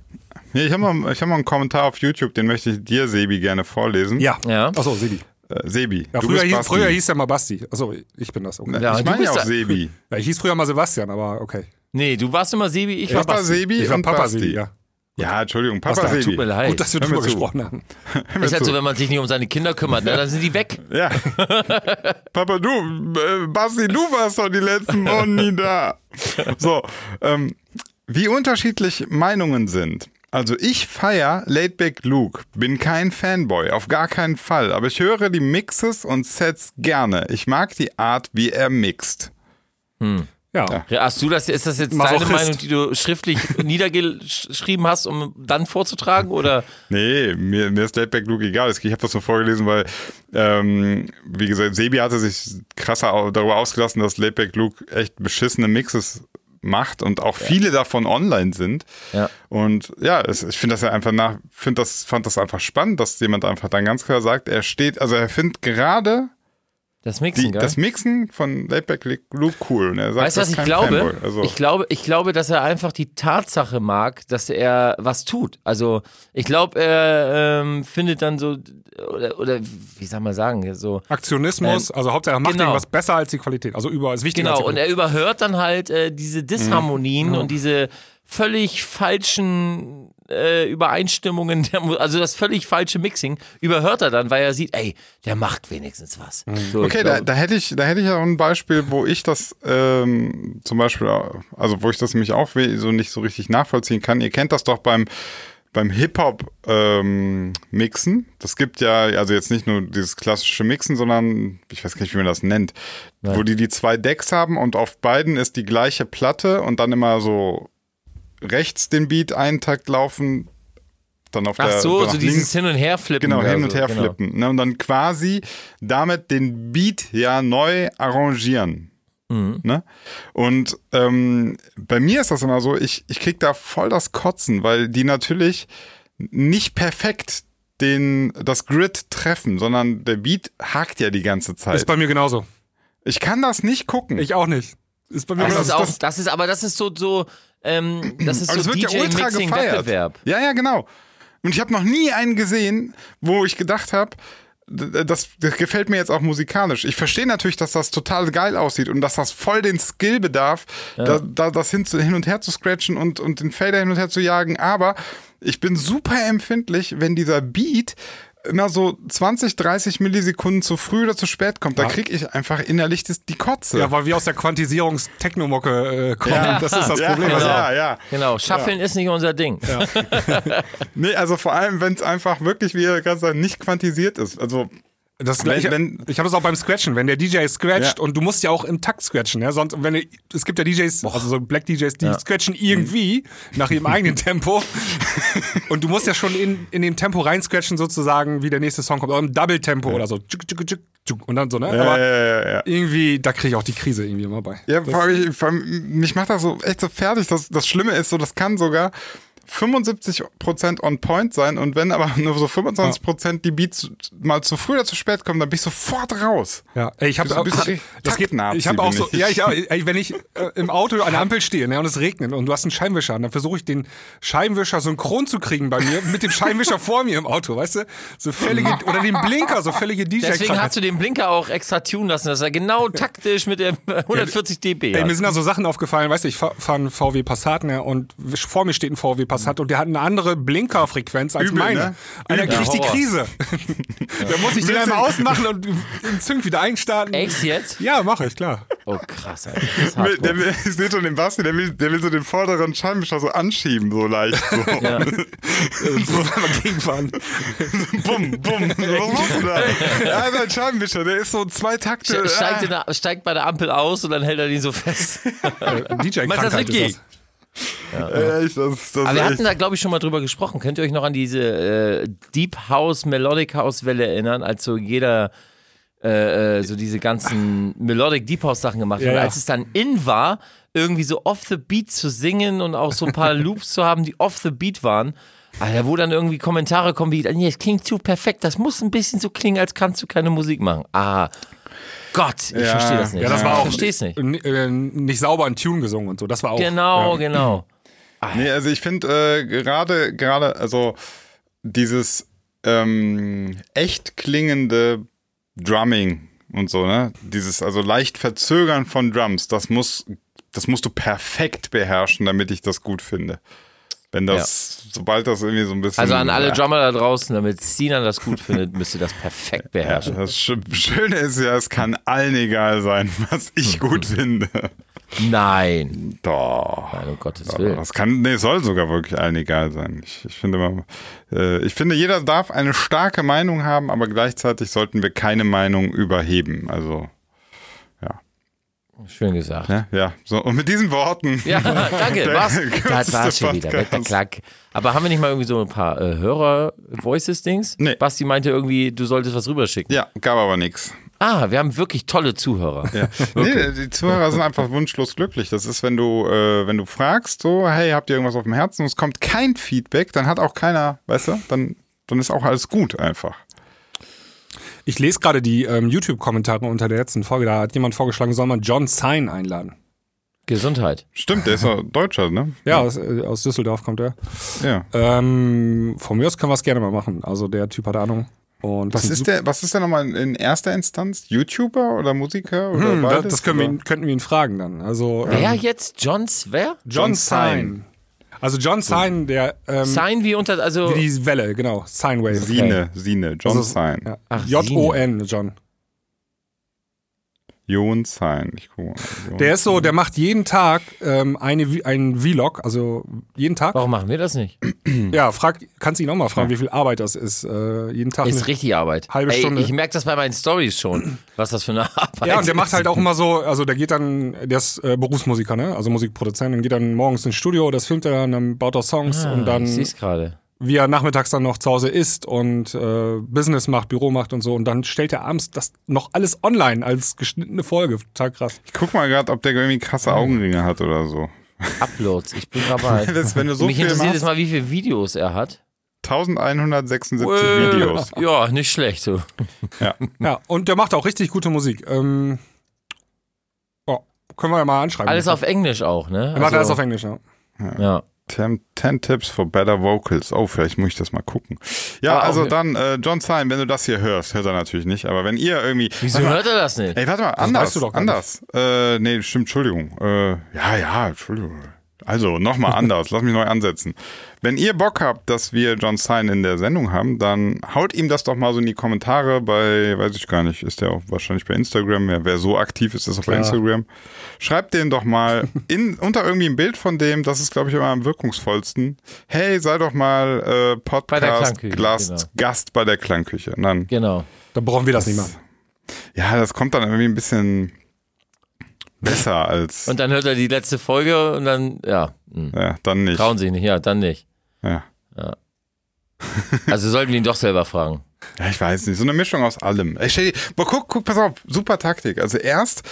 [SPEAKER 3] nee, ich habe noch, ich hab noch einen Kommentar auf YouTube, den möchte ich dir, Sebi, gerne vorlesen.
[SPEAKER 2] Ja.
[SPEAKER 1] Ja.
[SPEAKER 2] Hm. Achso, Sebi.
[SPEAKER 3] Äh, Sebi,
[SPEAKER 2] Ja,
[SPEAKER 3] du
[SPEAKER 2] früher,
[SPEAKER 3] bist
[SPEAKER 2] hieß,
[SPEAKER 3] Basti.
[SPEAKER 2] früher hieß er mal Basti. Achso, ich bin das. Okay.
[SPEAKER 1] Ja,
[SPEAKER 3] ich
[SPEAKER 1] du
[SPEAKER 3] meine ja
[SPEAKER 1] bist
[SPEAKER 3] auch
[SPEAKER 1] da-
[SPEAKER 3] Sebi.
[SPEAKER 2] Ja, ich hieß früher mal Sebastian, aber okay.
[SPEAKER 1] Nee, du warst immer Sebi, ich war
[SPEAKER 3] Papa
[SPEAKER 1] Basti.
[SPEAKER 3] Sebi
[SPEAKER 2] Ich war
[SPEAKER 3] und
[SPEAKER 2] Papa
[SPEAKER 3] Basti.
[SPEAKER 2] Sebi, ja.
[SPEAKER 3] Ja, Entschuldigung, Papa
[SPEAKER 2] Was da?
[SPEAKER 3] Sebi.
[SPEAKER 1] Tut mir leid.
[SPEAKER 2] Gut, dass wir
[SPEAKER 3] Hör mir
[SPEAKER 2] drüber
[SPEAKER 3] zu.
[SPEAKER 2] gesprochen haben.
[SPEAKER 1] Ist halt so, wenn man sich nicht um seine Kinder kümmert, ne, dann sind die weg.
[SPEAKER 3] Ja. Papa, du, äh, Basti, du warst doch die letzten Wochen nie da. So, ähm, wie unterschiedlich Meinungen sind. Also ich feier Laidback Luke, bin kein Fanboy, auf gar keinen Fall, aber ich höre die Mixes und Sets gerne. Ich mag die Art, wie er mixt.
[SPEAKER 2] Ja.
[SPEAKER 1] Hast du das, ist das jetzt
[SPEAKER 2] Masochist.
[SPEAKER 1] deine Meinung, die du schriftlich niedergeschrieben hast, um dann vorzutragen? Oder
[SPEAKER 3] Nee, mir, mir ist Laidback Luke egal. Ich habe das nur vorgelesen, weil, ähm, wie gesagt, Sebi hatte sich krasser au- darüber ausgelassen, dass Laidback Luke echt beschissene Mixes macht und auch viele davon online sind.
[SPEAKER 1] Ja.
[SPEAKER 3] Und ja, es, ich finde das ja einfach nach, find das, fand das einfach spannend, dass jemand einfach dann ganz klar sagt, er steht, also er findet gerade
[SPEAKER 1] das
[SPEAKER 3] die,
[SPEAKER 1] Mixen, geil?
[SPEAKER 3] das Mixen von Laidback Luke cool. Und er sagt,
[SPEAKER 1] Weißt
[SPEAKER 3] das
[SPEAKER 1] du, was
[SPEAKER 3] ist
[SPEAKER 1] ich
[SPEAKER 3] kein
[SPEAKER 1] glaube?
[SPEAKER 3] Fanboy. Also,
[SPEAKER 1] Ich glaube, ich glaube, dass er einfach die Tatsache mag, dass er was tut. Also ich glaube, er ähm, findet dann so oder, oder wie soll man sagen so
[SPEAKER 2] Aktionismus, also Hauptsache er macht
[SPEAKER 1] genau.
[SPEAKER 2] irgendwas besser als die Qualität. Also über ist wichtiger
[SPEAKER 1] genau
[SPEAKER 2] als
[SPEAKER 1] und
[SPEAKER 2] die
[SPEAKER 1] er überhört dann halt äh, diese Disharmonien und diese völlig falschen äh, Übereinstimmungen, der, Mu- also das völlig falsche Mixing überhört er dann, weil er sieht, ey, der macht wenigstens was. Mhm. So, ich
[SPEAKER 3] Okay, da,
[SPEAKER 1] glaube-
[SPEAKER 3] da hätte ich, da hätte ich ja auch ein Beispiel, wo ich das ähm, zum Beispiel, also wo ich das nämlich auch we- so nicht so richtig nachvollziehen kann. Ihr kennt das doch beim beim Hip-Hop ähm, Mixen. Das gibt ja also jetzt nicht nur dieses klassische Mixen, sondern ich weiß gar nicht, wie man das nennt, wo die die zwei Decks haben und auf beiden ist die gleiche Platte und dann immer so rechts den Beat einen Takt laufen, dann auf
[SPEAKER 1] Ach
[SPEAKER 3] der
[SPEAKER 1] so,
[SPEAKER 3] dann
[SPEAKER 1] so
[SPEAKER 3] nach
[SPEAKER 1] dieses
[SPEAKER 3] links.
[SPEAKER 1] Hin- und Herflippen.
[SPEAKER 3] Genau, hin und
[SPEAKER 1] also,
[SPEAKER 3] her
[SPEAKER 1] genau.
[SPEAKER 3] flippen. Ne? Und dann quasi damit den Beat ja neu arrangieren.
[SPEAKER 2] Mhm.
[SPEAKER 3] Ne? Und ähm, bei mir ist das immer so, ich, ich krieg da voll das Kotzen, weil die natürlich nicht perfekt den, das Grid treffen, sondern der Beat hakt ja die ganze
[SPEAKER 2] Ist
[SPEAKER 3] Zeit.
[SPEAKER 2] bei mir genauso.
[SPEAKER 3] Ich kann das nicht gucken.
[SPEAKER 2] Ich auch nicht. Ist bei mir
[SPEAKER 1] Das
[SPEAKER 2] genauso.
[SPEAKER 1] ist auch, das, ist, aber das ist so, so, ähm, das ist
[SPEAKER 3] Aber
[SPEAKER 1] so
[SPEAKER 3] das wird ja ultra gefeiert.
[SPEAKER 1] DJ-Mixing-Wettbewerb.
[SPEAKER 3] Ja, ja, genau. Und ich habe noch nie einen gesehen, wo ich gedacht habe, das, das gefällt mir jetzt auch musikalisch. Ich verstehe natürlich, dass das total geil aussieht und dass das voll den Skill bedarf, da, da, das hin, zu, hin und her zu scratchen und, und den Fader hin und her zu jagen. Aber ich bin super empfindlich, wenn dieser Beat immer so 20, 30 Millisekunden zu früh oder zu spät kommt. Da kriege ich einfach innerlich das, die Kotze.
[SPEAKER 2] Ja, weil wir aus der Quantisierungstechnomocke äh, kommen. Das ist das Problem.
[SPEAKER 3] Genau.
[SPEAKER 2] Also,
[SPEAKER 3] Ja, ja.
[SPEAKER 1] Genau, Schaffeln ist nicht unser Ding.
[SPEAKER 3] Nee, also vor allem, wenn es einfach wirklich, wie ihr gerade sagt, nicht quantisiert ist. Also
[SPEAKER 2] Das
[SPEAKER 3] Wenn-
[SPEAKER 2] gleiche,
[SPEAKER 3] wenn-
[SPEAKER 2] ich habe das auch beim Scratchen, wenn der DJ scratcht
[SPEAKER 3] Ja.
[SPEAKER 2] und du musst ja auch im Takt scratchen, ja, sonst wenn du- es gibt ja DJs, also so Black DJs, die scratchen
[SPEAKER 3] Mhm.
[SPEAKER 2] irgendwie nach ihrem eigenen Tempo und du musst ja schon in, in dem Tempo rein scratchen sozusagen, wie der nächste Song kommt, auch im Double Tempo oder so, tschuk, tschuk, tschuk, tschuk, und dann so, ne?
[SPEAKER 3] äh,
[SPEAKER 2] Aber irgendwie da kriege ich auch die Krise irgendwie immer bei.
[SPEAKER 3] Ja, vor allem, ich- vor allem, mich macht das so echt so fertig. Das, das Schlimme ist so, das kann sogar 75% on point sein und wenn aber nur so 25% die Beats mal zu früh oder zu spät kommen, dann bin ich sofort raus.
[SPEAKER 2] Ja, ey, ich habe
[SPEAKER 3] Bist du
[SPEAKER 2] auch,
[SPEAKER 3] ein bisschen
[SPEAKER 2] das geht,
[SPEAKER 3] Taktnazi
[SPEAKER 2] ich habe auch
[SPEAKER 3] bin
[SPEAKER 2] so,
[SPEAKER 3] ich.
[SPEAKER 2] ja, ich, auch- ey, wenn ich äh, im Auto an der Ampel stehe ne, und es regnet und du hast einen Scheinwischer, an, dann versuche ich den Scheinwischer synchron zu kriegen bei mir mit dem Scheinwischer vor mir im Auto, weißt du? So völlige oder den Blinker, so völlige DJ.
[SPEAKER 1] Deswegen hast du den Blinker auch extra tunen lassen, dass er genau taktisch mit der 140 dB
[SPEAKER 2] Ey, mir
[SPEAKER 1] hat.
[SPEAKER 2] sind da so Sachen aufgefallen, weißt du, ich fahre fahr einen VW Passat ne, und w- vor mir steht ein VW Podcast hat und der hat eine andere Blinkerfrequenz als
[SPEAKER 3] Übel,
[SPEAKER 2] meine.
[SPEAKER 3] ne?
[SPEAKER 2] Alter,
[SPEAKER 1] Übel.
[SPEAKER 2] krieg ich die
[SPEAKER 1] Ja, Horror.
[SPEAKER 2] Krise. da muss ich den einmal ausmachen und den Zünk wieder einstarten.
[SPEAKER 1] Echt jetzt?
[SPEAKER 2] Ja, mache ich, klar.
[SPEAKER 1] Oh krass, Alter. Das ist
[SPEAKER 3] Will- Der
[SPEAKER 1] hardcore.
[SPEAKER 3] will, ich sehe schon den Basti, der will, der will so den vorderen Scheibenwischer so anschieben, so leicht. So.
[SPEAKER 2] Gegenfahren.
[SPEAKER 3] Bumm, bumm. Was machst du da? Ja, sein Scheibenwischer, der ist so zwei Takte.
[SPEAKER 1] Ste- Steigt, in
[SPEAKER 3] ah.
[SPEAKER 1] der, steigt bei der Ampel aus und dann hält er den so fest.
[SPEAKER 2] DJ
[SPEAKER 1] Meinst du, das wird gehen?
[SPEAKER 3] Äh, ich, das, ist- das
[SPEAKER 1] Aber wir
[SPEAKER 3] ist
[SPEAKER 1] hatten
[SPEAKER 3] echt-
[SPEAKER 1] da, glaube ich, schon mal drüber gesprochen. Könnt ihr euch noch an diese äh, Deep House, Melodic House Welle erinnern, als so jeder äh, äh, so diese ganzen Melodic Deep House Sachen gemacht hat?
[SPEAKER 2] Ja,
[SPEAKER 1] Und
[SPEAKER 2] ja.
[SPEAKER 1] Als es dann in war, irgendwie so off the beat zu singen und auch so ein paar Loops zu haben, die off the beat waren. Alter, wo dann irgendwie Kommentare kommen wie, nee, es klingt zu perfekt, das muss ein bisschen so klingen, als kannst du keine Musik machen. Ah, Gott, ich
[SPEAKER 3] Ja.
[SPEAKER 1] verstehe das nicht.
[SPEAKER 2] Ja, das war
[SPEAKER 1] ich
[SPEAKER 2] auch.
[SPEAKER 1] verstehe es nicht.
[SPEAKER 2] N- äh, Nicht sauber in Tune gesungen und so. Das war auch.
[SPEAKER 1] Genau, genau.
[SPEAKER 3] Nee, also ich finde äh, gerade, gerade, also dieses ähm, echt klingende Drumming und so, ne? Dieses, also leicht verzögern von Drums, das muss, das musst du perfekt beherrschen, damit ich das gut finde. Wenn das, sobald das irgendwie so ein bisschen.
[SPEAKER 1] Also an alle
[SPEAKER 3] Hm, Ja.
[SPEAKER 1] Drummer da draußen, damit Sinan das gut findet, müsst ihr das perfekt
[SPEAKER 3] Ja,
[SPEAKER 1] beherrschen.
[SPEAKER 3] das Sch- Schöne ist ja, es kann allen egal sein, was ich gut finde.
[SPEAKER 1] Nein.
[SPEAKER 3] Doch.
[SPEAKER 1] Nein, um Gottes
[SPEAKER 3] Aber
[SPEAKER 1] Willen.
[SPEAKER 3] Das kann, nee, es soll sogar wirklich allen egal sein. Ich, ich finde mal, äh, ich finde, jeder darf eine starke Meinung haben, aber gleichzeitig sollten wir keine Meinung überheben. Also,
[SPEAKER 1] Schön gesagt.
[SPEAKER 3] ne? ja, so. Und mit diesen Worten.
[SPEAKER 1] Ja, danke.
[SPEAKER 3] Der
[SPEAKER 1] Was?
[SPEAKER 3] kürzeste
[SPEAKER 1] Das war's schon wieder.
[SPEAKER 3] Podcast.
[SPEAKER 1] Wetter, klack. Aber haben wir nicht mal irgendwie so ein paar äh, Hörer-Voices-Dings?
[SPEAKER 3] Nee.
[SPEAKER 1] Basti meinte irgendwie, du solltest was rüberschicken.
[SPEAKER 3] Ja, gab aber nichts.
[SPEAKER 1] Ah, wir haben wirklich tolle Zuhörer.
[SPEAKER 3] Ja. Nee, die Zuhörer sind einfach wunschlos glücklich. Das ist, wenn du, äh, wenn du fragst, so, hey, habt ihr irgendwas auf dem Herzen und es kommt kein Feedback, dann hat auch keiner, weißt du, dann, dann ist auch alles gut einfach.
[SPEAKER 2] Ich lese gerade die ähm, YouTube-Kommentare unter der letzten Folge. Da hat jemand vorgeschlagen, soll man John Sign einladen.
[SPEAKER 1] Gesundheit.
[SPEAKER 3] Stimmt, der ist ja Deutscher, ne?
[SPEAKER 2] Ja, aus, äh, aus Düsseldorf kommt er.
[SPEAKER 3] Ja.
[SPEAKER 2] Ähm, von mir aus können wir es gerne mal machen. Also der Typ hat Ahnung. Und
[SPEAKER 3] Was
[SPEAKER 2] das
[SPEAKER 3] ist der, was ist der nochmal in- in erster Instanz? YouTuber oder Musiker oder
[SPEAKER 2] Hm, da,
[SPEAKER 3] beides?
[SPEAKER 2] das können wir
[SPEAKER 3] Oder-
[SPEAKER 2] ihn, könnten wir ihn fragen dann. Also ähm,
[SPEAKER 1] Wer jetzt? Johns, wer?
[SPEAKER 2] John
[SPEAKER 3] John
[SPEAKER 2] Sign. Also John Sign, der ähm,
[SPEAKER 1] Sein wie unter, also,
[SPEAKER 2] wie die Welle, genau. Sine Wave.
[SPEAKER 3] Sine, Sine, John
[SPEAKER 2] Also,
[SPEAKER 3] Sein.
[SPEAKER 2] Ja.
[SPEAKER 1] Ach,
[SPEAKER 2] J-O-N, John.
[SPEAKER 3] Jon Sein. Ich gucke mal. Jon
[SPEAKER 2] Der ist so, der macht jeden Tag ähm, eine, Vi- einen Vlog, also jeden Tag.
[SPEAKER 1] warum machen wir das nicht?
[SPEAKER 2] Ja, frag, kannst ihn auch mal fragen, wie viel Arbeit das ist. Äh, jeden Tag.
[SPEAKER 1] Ist
[SPEAKER 2] eine-
[SPEAKER 1] richtig Arbeit.
[SPEAKER 2] Halbe
[SPEAKER 1] Ey,
[SPEAKER 2] Stunde.
[SPEAKER 1] Ich merke das bei meinen Stories schon, was das für eine Arbeit
[SPEAKER 2] Ja, und der macht
[SPEAKER 1] ist.
[SPEAKER 2] halt auch immer so, also der geht dann, der ist äh, Berufsmusiker, ne? Also Musikproduzent und geht dann morgens ins Studio, das filmt er dann, dann baut er Songs und
[SPEAKER 1] Ich
[SPEAKER 2] dann,
[SPEAKER 1] sehe es gerade.
[SPEAKER 2] wie er nachmittags dann noch zu Hause ist und äh, Business macht, Büro macht und so und dann stellt er abends das noch alles online als geschnittene Folge. Total krass.
[SPEAKER 3] Ich guck mal gerade, ob der irgendwie krasse Augenringe hat oder so.
[SPEAKER 1] Uploads. Ich bin dabei.
[SPEAKER 3] Das, wenn du so
[SPEAKER 1] Mich
[SPEAKER 3] viel
[SPEAKER 1] interessiert
[SPEAKER 3] machst,
[SPEAKER 1] jetzt mal, wie viele Videos er hat.
[SPEAKER 3] 1176
[SPEAKER 1] Äh,
[SPEAKER 3] Videos.
[SPEAKER 1] Ja, nicht schlecht. So.
[SPEAKER 2] Ja, und der macht auch richtig gute Musik. Ähm, ja, können wir ja mal anschreiben.
[SPEAKER 1] Alles auf Englisch auch, ne?
[SPEAKER 2] Er macht alles auf Englisch, ja.
[SPEAKER 1] Englisch. Ja.
[SPEAKER 3] 10, 10 Tipps for Better Vocals. Oh, vielleicht muss ich das mal gucken. Ja,
[SPEAKER 1] Ah,
[SPEAKER 3] also
[SPEAKER 1] okay.
[SPEAKER 3] dann, äh, John Sein, wenn du das hier hörst, hört er natürlich nicht, aber wenn ihr irgendwie.
[SPEAKER 1] Wieso hört er das nicht?
[SPEAKER 3] Ey, warte mal, anders.
[SPEAKER 2] weißt du doch gar
[SPEAKER 3] anders. Äh, nee, stimmt, Entschuldigung. Äh, ja, ja, Entschuldigung. Also, nochmal anders. Lass mich neu ansetzen. Wenn ihr Bock habt, dass wir John Stein in der Sendung haben, dann haut ihm das doch mal so in die Kommentare bei, weiß ich gar nicht, ist der auch wahrscheinlich bei Instagram. Ja, wer so aktiv ist, ist auch bei Instagram. Schreibt den doch mal in, unter irgendwie ein Bild von dem, das ist, glaube ich, immer am wirkungsvollsten. Hey, sei doch mal äh, Podcast
[SPEAKER 1] Klangküche,
[SPEAKER 3] Gast,
[SPEAKER 1] genau.
[SPEAKER 3] Gast bei der Klangküche. Und dann,
[SPEAKER 1] Genau.
[SPEAKER 2] Da brauchen wir das nicht mehr.
[SPEAKER 3] ja, das kommt dann irgendwie ein bisschen besser als.
[SPEAKER 1] Und dann hört er die letzte Folge und dann, ja, hm.
[SPEAKER 3] ja, dann nicht.
[SPEAKER 1] trauen sich nicht, ja, dann nicht.
[SPEAKER 3] Ja.
[SPEAKER 1] Also sollten wir ihn doch selber fragen.
[SPEAKER 3] ja, ich weiß nicht. So eine Mischung aus allem. Ey, stell dir, boah, guck, guck, pass auf, super Taktik. Also erst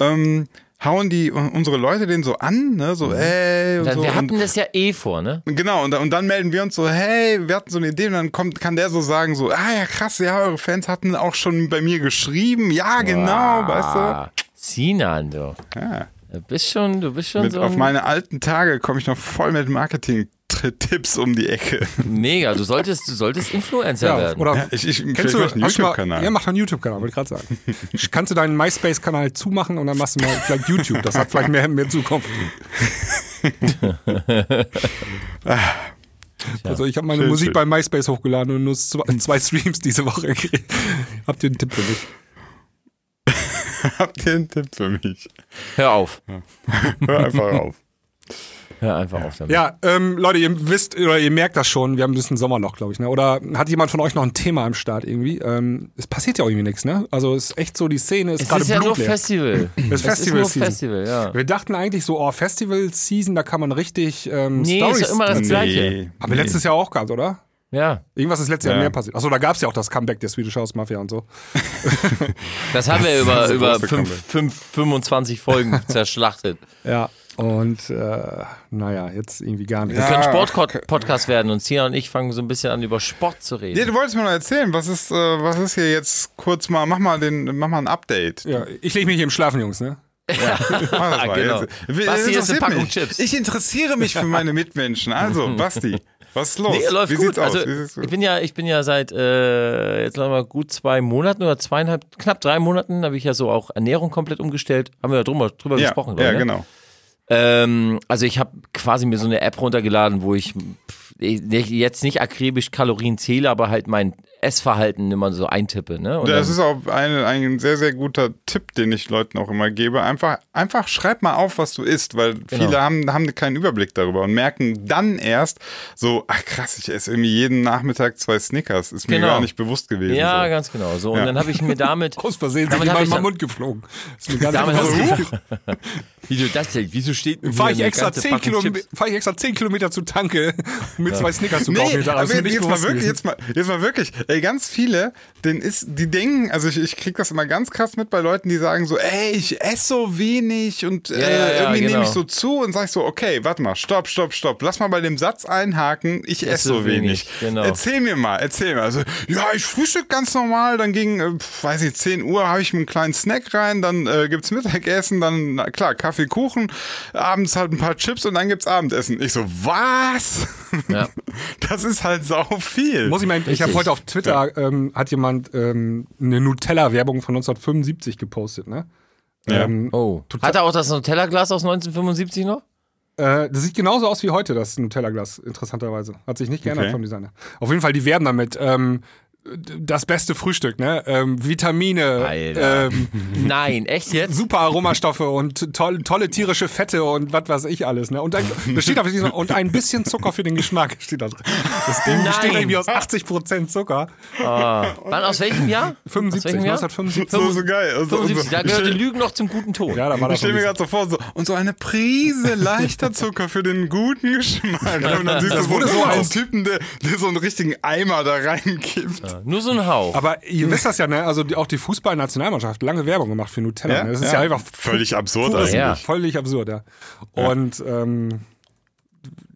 [SPEAKER 3] ähm, hauen die un- unsere Leute den so an, ne? So, ey, und
[SPEAKER 1] Mhm. Dann,
[SPEAKER 3] so.
[SPEAKER 1] wir
[SPEAKER 3] und,
[SPEAKER 1] hatten das ja eh vor, ne?
[SPEAKER 3] Genau, und, dann- und dann melden wir uns so, hey, wir hatten so eine Idee, und dann kommt, kann der so sagen, so, ah ja, krass, ja, eure Fans hatten auch schon bei mir geschrieben, ja, genau, weißt
[SPEAKER 1] Ah, Sinan, du.
[SPEAKER 3] du? Ja.
[SPEAKER 1] Du bist schon, du bist schon
[SPEAKER 3] Mit,
[SPEAKER 1] so
[SPEAKER 3] auf
[SPEAKER 1] ein
[SPEAKER 3] meine alten Tage komme ich noch voll mit Marketing-Tipps um die Ecke.
[SPEAKER 1] mega. Du solltest, du solltest Influencer
[SPEAKER 2] Ja,
[SPEAKER 1] werden.
[SPEAKER 2] oder
[SPEAKER 3] Ja, ich, ich, vielleicht
[SPEAKER 2] Kennst du,
[SPEAKER 3] mach ich einen
[SPEAKER 2] hast du mal-
[SPEAKER 3] YouTube-Kanal.
[SPEAKER 2] Ja, mach doch einen YouTube-Kanal, wollte ich gerade sagen. Kannst du deinen MySpace-Kanal zumachen und dann machst du mal vielleicht YouTube. Das hat vielleicht mehr, mehr Zukunft. Also ich habe meine
[SPEAKER 3] Schön,
[SPEAKER 2] Musik
[SPEAKER 3] schön.
[SPEAKER 2] bei MySpace hochgeladen und nur zwei, zwei Streams diese Woche gekriegt. Habt ihr einen Tipp für mich?
[SPEAKER 3] Habt ihr einen Tipp für mich?
[SPEAKER 1] Hör auf.
[SPEAKER 3] Hör einfach auf.
[SPEAKER 1] Hör einfach auf damit.
[SPEAKER 2] Ja, ähm, Leute, ihr wisst oder ihr merkt das schon, wir haben ein bisschen Sommerloch, glaube ich. Ne? Oder hat jemand von euch noch ein Thema am Start irgendwie? Ähm, es passiert ja auch irgendwie nichts, ne? Also es ist echt so, die Szene ist
[SPEAKER 1] Es
[SPEAKER 2] gerade
[SPEAKER 1] ist ja nur
[SPEAKER 2] blutleer.
[SPEAKER 1] Festival.
[SPEAKER 2] Das
[SPEAKER 1] es ist nur
[SPEAKER 2] Festival-Season.
[SPEAKER 1] Festival, ja.
[SPEAKER 2] Wir dachten eigentlich so, oh, Festival-Season, da kann man richtig ähm,
[SPEAKER 1] Nee,
[SPEAKER 2] Storys...
[SPEAKER 1] ist doch immer das Gleiche.
[SPEAKER 2] Haben wir letztes Jahr auch gehabt, oder?
[SPEAKER 1] Ja,
[SPEAKER 2] Irgendwas ist letztes Jahr
[SPEAKER 3] Ja.
[SPEAKER 2] mehr passiert. Achso, da gab es ja auch das Comeback der Swedish House Mafia und so.
[SPEAKER 1] das haben wir über,
[SPEAKER 3] so
[SPEAKER 1] über
[SPEAKER 3] große
[SPEAKER 1] fünf,
[SPEAKER 3] Kamelle.
[SPEAKER 1] fünf, 25 Folgen zerschlachtet.
[SPEAKER 2] Ja, und äh, naja, jetzt irgendwie gar nicht. Also,
[SPEAKER 1] Wir
[SPEAKER 3] Ja.
[SPEAKER 1] können Sport-Podcast werden und Sia und ich fangen so ein bisschen an, über Sport zu
[SPEAKER 3] Nee,
[SPEAKER 1] reden.
[SPEAKER 3] du wolltest mir noch erzählen, was ist, äh, was ist hier jetzt kurz mal, mach mal, den, mach mal ein Update.
[SPEAKER 2] Ja, ich lege mich hier im Schlafen, Jungs, ne?
[SPEAKER 3] Mach das
[SPEAKER 1] Ah,
[SPEAKER 3] mal.
[SPEAKER 1] genau.
[SPEAKER 3] Jetzt- Wie-
[SPEAKER 1] Basti, hier ist eine
[SPEAKER 3] interessiert
[SPEAKER 1] Packung
[SPEAKER 3] mich.
[SPEAKER 1] Chips.
[SPEAKER 3] Ich interessiere mich für meine Mitmenschen. Also, Basti, was ist los?
[SPEAKER 1] Nee, läuft
[SPEAKER 3] Wie
[SPEAKER 1] gut.
[SPEAKER 3] sieht's aus?
[SPEAKER 1] Also,
[SPEAKER 3] Wie sieht's
[SPEAKER 1] ich bin ja, ich bin ja seit äh, jetzt noch mal gut zwei Monaten oder zweieinhalb, knapp drei Monaten habe ich ja so auch Ernährung komplett umgestellt. Haben wir ja drüber, drüber
[SPEAKER 3] ja,
[SPEAKER 1] gesprochen, glaub
[SPEAKER 3] ja,
[SPEAKER 1] ich, ne?
[SPEAKER 3] genau.
[SPEAKER 1] Ähm, also ich habe quasi mir so eine App runtergeladen, wo ich pff, ich- nicht- jetzt nicht akribisch Kalorien zähle, aber halt mein Essverhalten immer so eintippe. Ne? Und
[SPEAKER 3] Das
[SPEAKER 1] dann-
[SPEAKER 3] ist auch ein, ein sehr, sehr guter Tipp, den ich Leuten auch immer gebe. Einfach, einfach schreib mal auf, was du isst, weil
[SPEAKER 1] Genau.
[SPEAKER 3] viele haben, haben keinen Überblick darüber und merken dann erst so, ach krass, ich esse irgendwie jeden Nachmittag zwei Snickers. Ist mir
[SPEAKER 1] Genau.
[SPEAKER 3] gar nicht bewusst gewesen.
[SPEAKER 1] ja,
[SPEAKER 3] so.
[SPEAKER 1] ganz genau. So, und
[SPEAKER 3] Ja.
[SPEAKER 1] dann habe ich mir damit.
[SPEAKER 2] Aus Versehen sind
[SPEAKER 1] Damit
[SPEAKER 2] die
[SPEAKER 1] hab
[SPEAKER 2] mal in
[SPEAKER 1] ich
[SPEAKER 2] meinen
[SPEAKER 1] dann-
[SPEAKER 2] Mund geflogen. Ist mir gar nicht
[SPEAKER 1] Damit
[SPEAKER 2] bewusst.
[SPEAKER 1] habe ich Wieso das denn? Wieso steht mir
[SPEAKER 2] Fahre ich,
[SPEAKER 1] eine
[SPEAKER 2] extra
[SPEAKER 1] ganze
[SPEAKER 2] 10
[SPEAKER 1] Packung
[SPEAKER 2] Kilome-
[SPEAKER 1] Chips?
[SPEAKER 2] fahr ich extra 10 Kilometer zu Tanke, um mir zwei Snickers zu kaufen.
[SPEAKER 3] Nee,
[SPEAKER 2] Da ist
[SPEAKER 3] aber
[SPEAKER 2] mir
[SPEAKER 3] jetzt,
[SPEAKER 2] nichts
[SPEAKER 3] mal
[SPEAKER 2] bewusst
[SPEAKER 3] wirklich,
[SPEAKER 2] gewesen.
[SPEAKER 3] jetzt, mal, jetzt mal wirklich, ey, ganz viele, denen ist, die denken, also ich, ich krieg das immer ganz krass mit bei Leuten, die sagen so, ey, ich esse so wenig und äh,
[SPEAKER 1] Ja, ja, ja,
[SPEAKER 3] irgendwie nehme ich
[SPEAKER 1] genau.
[SPEAKER 3] so zu und sag ich so, okay, warte mal, stopp, stopp, stopp, lass mal bei dem Satz einhaken, ich esse so wenig.
[SPEAKER 1] wenig, genau.
[SPEAKER 3] Erzähl mir mal, erzähl mir. Also, ja, ich frühstück ganz normal, dann gegen, äh, pf, weiß ich, 10 Uhr habe ich mir einen kleinen Snack rein, dann äh, gibt's Mittagessen, dann, na, klar, Kaffee, Kuchen, abends halt ein paar Chips und dann gibt's Abendessen. Ich so, was?
[SPEAKER 1] Ja.
[SPEAKER 3] Das ist halt sau viel.
[SPEAKER 2] Muss ich mal, ich habe
[SPEAKER 1] Richtig.
[SPEAKER 2] heute auf Twitter, ähm, hat jemand ähm, eine Nutella-Werbung von 1975 gepostet, ne?
[SPEAKER 3] Ja.
[SPEAKER 2] Ähm,
[SPEAKER 1] Oh. Hat er auch das Nutella-Glas aus 1975 noch?
[SPEAKER 2] äh, das sieht genauso aus wie heute, das Nutella-Glas, interessanterweise. Hat sich nicht geändert
[SPEAKER 3] Okay.
[SPEAKER 2] vom Designer. Auf jeden Fall, die werben damit. Ähm, das beste Frühstück, ne? Ähm, Vitamine,
[SPEAKER 1] Alter.
[SPEAKER 2] ähm,
[SPEAKER 1] Nein, echt jetzt?
[SPEAKER 2] super Aromastoffe und tolle, tolle tierische Fette und was weiß ich alles. Ne? Und, ein, das steht auf diesem, und ein bisschen Zucker für den Geschmack steht da drin. Das Ding besteht
[SPEAKER 1] Nein.
[SPEAKER 2] irgendwie aus 80% Zucker.
[SPEAKER 1] Wann, aus welchem Jahr? aus
[SPEAKER 2] 75,
[SPEAKER 1] welchem Jahr?
[SPEAKER 2] 1975.
[SPEAKER 3] so, so geil. Also,
[SPEAKER 1] 75, da
[SPEAKER 3] und
[SPEAKER 2] genau,
[SPEAKER 3] so,
[SPEAKER 1] gehört die
[SPEAKER 3] ich
[SPEAKER 1] Lügen noch zum guten Ton.
[SPEAKER 2] Ja, da war das
[SPEAKER 3] stelle mir
[SPEAKER 2] schon-
[SPEAKER 3] gerade so vor, so, und so eine Prise leichter Zucker für den guten Geschmack. Und dann siehst du
[SPEAKER 2] wurde so
[SPEAKER 3] so einen
[SPEAKER 2] aus-
[SPEAKER 3] Typen, der, der so einen richtigen Eimer da reinkippt.
[SPEAKER 1] Nur so ein Hauch.
[SPEAKER 2] aber ihr wisst das ja, ne? Also die, auch die Fußballnationalmannschaft lange Werbung gemacht für Nutella.
[SPEAKER 3] Ja,
[SPEAKER 2] ne? Das ist
[SPEAKER 3] ja.
[SPEAKER 2] ja, einfach
[SPEAKER 3] Völlig absurd
[SPEAKER 2] pures-
[SPEAKER 1] Ja.
[SPEAKER 2] völlig absurd, ja. Und ähm,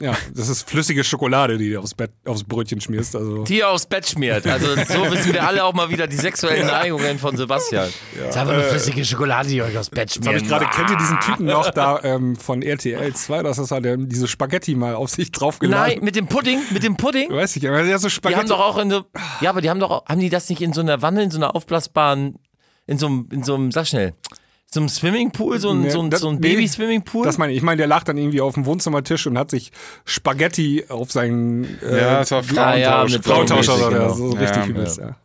[SPEAKER 2] ja, das ist flüssige Schokolade, die du aufs, Bett, aufs Brötchen schmierst. Also
[SPEAKER 1] die aufs Bett schmiert. Also so wissen wir alle auch mal wieder die sexuellen Neigungen von Sebastian. Ja. Das ist einfach eine flüssige Schokolade, die euch aufs Bett schmiert.
[SPEAKER 2] Habe Äh. ich gerade, kennt ihr diesen Typen noch da ähm, von RTL 2? Das ist halt der, diese Spaghetti mal auf sich draufgeladen.
[SPEAKER 1] Nein, mit dem Pudding, mit dem Pudding.
[SPEAKER 2] Weiß ich, aber der so
[SPEAKER 1] Die
[SPEAKER 2] Spaghetti.
[SPEAKER 1] haben doch auch in so, ja, aber die haben doch, auch- haben die das nicht in so einer Wanne, in so einer aufblasbaren, in so einem, in so einem, sag schnell, so einem Swimmingpool, so ein,
[SPEAKER 2] Nee,
[SPEAKER 1] so ein,
[SPEAKER 2] das-
[SPEAKER 1] so ein
[SPEAKER 2] nee,
[SPEAKER 1] Baby-Swimmingpool?
[SPEAKER 2] das meine ich. Ich meine, der lag dann irgendwie auf dem Wohnzimmertisch und hat sich Spaghetti auf seinen äh,
[SPEAKER 3] Ja, das war
[SPEAKER 1] Ah, ja,
[SPEAKER 3] Frauentausch.
[SPEAKER 1] mit
[SPEAKER 2] Frauentausch
[SPEAKER 1] Frauentausch,
[SPEAKER 2] oder
[SPEAKER 1] genau.
[SPEAKER 2] so, so
[SPEAKER 3] Ja,
[SPEAKER 2] richtig
[SPEAKER 3] ja.
[SPEAKER 2] übelst. Ja.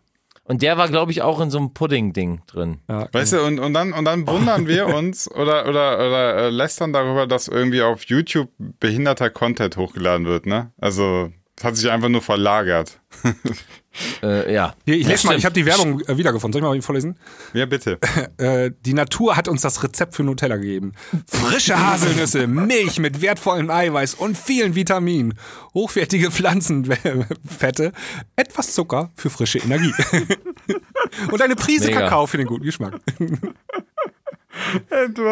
[SPEAKER 1] Und der war, glaube ich, auch in so einem Pudding-Ding drin.
[SPEAKER 3] Weißt du, und, und, dann, und dann wundern wir uns oder, oder, oder äh, lästern darüber, dass irgendwie auf YouTube behinderter Content hochgeladen wird, ne? Also, es hat sich einfach nur verlagert.
[SPEAKER 1] Äh, ja.
[SPEAKER 2] Hier, ich
[SPEAKER 1] ja,
[SPEAKER 2] lese mal,
[SPEAKER 1] stimmt.
[SPEAKER 2] ich habe die Werbung äh, wiedergefunden. Soll ich mal vorlesen?
[SPEAKER 3] Ja, bitte.
[SPEAKER 2] Äh, die Natur hat uns das Rezept für Nutella gegeben. Frische Haselnüsse, Milch mit wertvollem Eiweiß und vielen Vitaminen, hochwertige Pflanzenfette, etwas Zucker für frische Energie. und eine Prise
[SPEAKER 1] Mega.
[SPEAKER 2] Kakao für den guten Geschmack.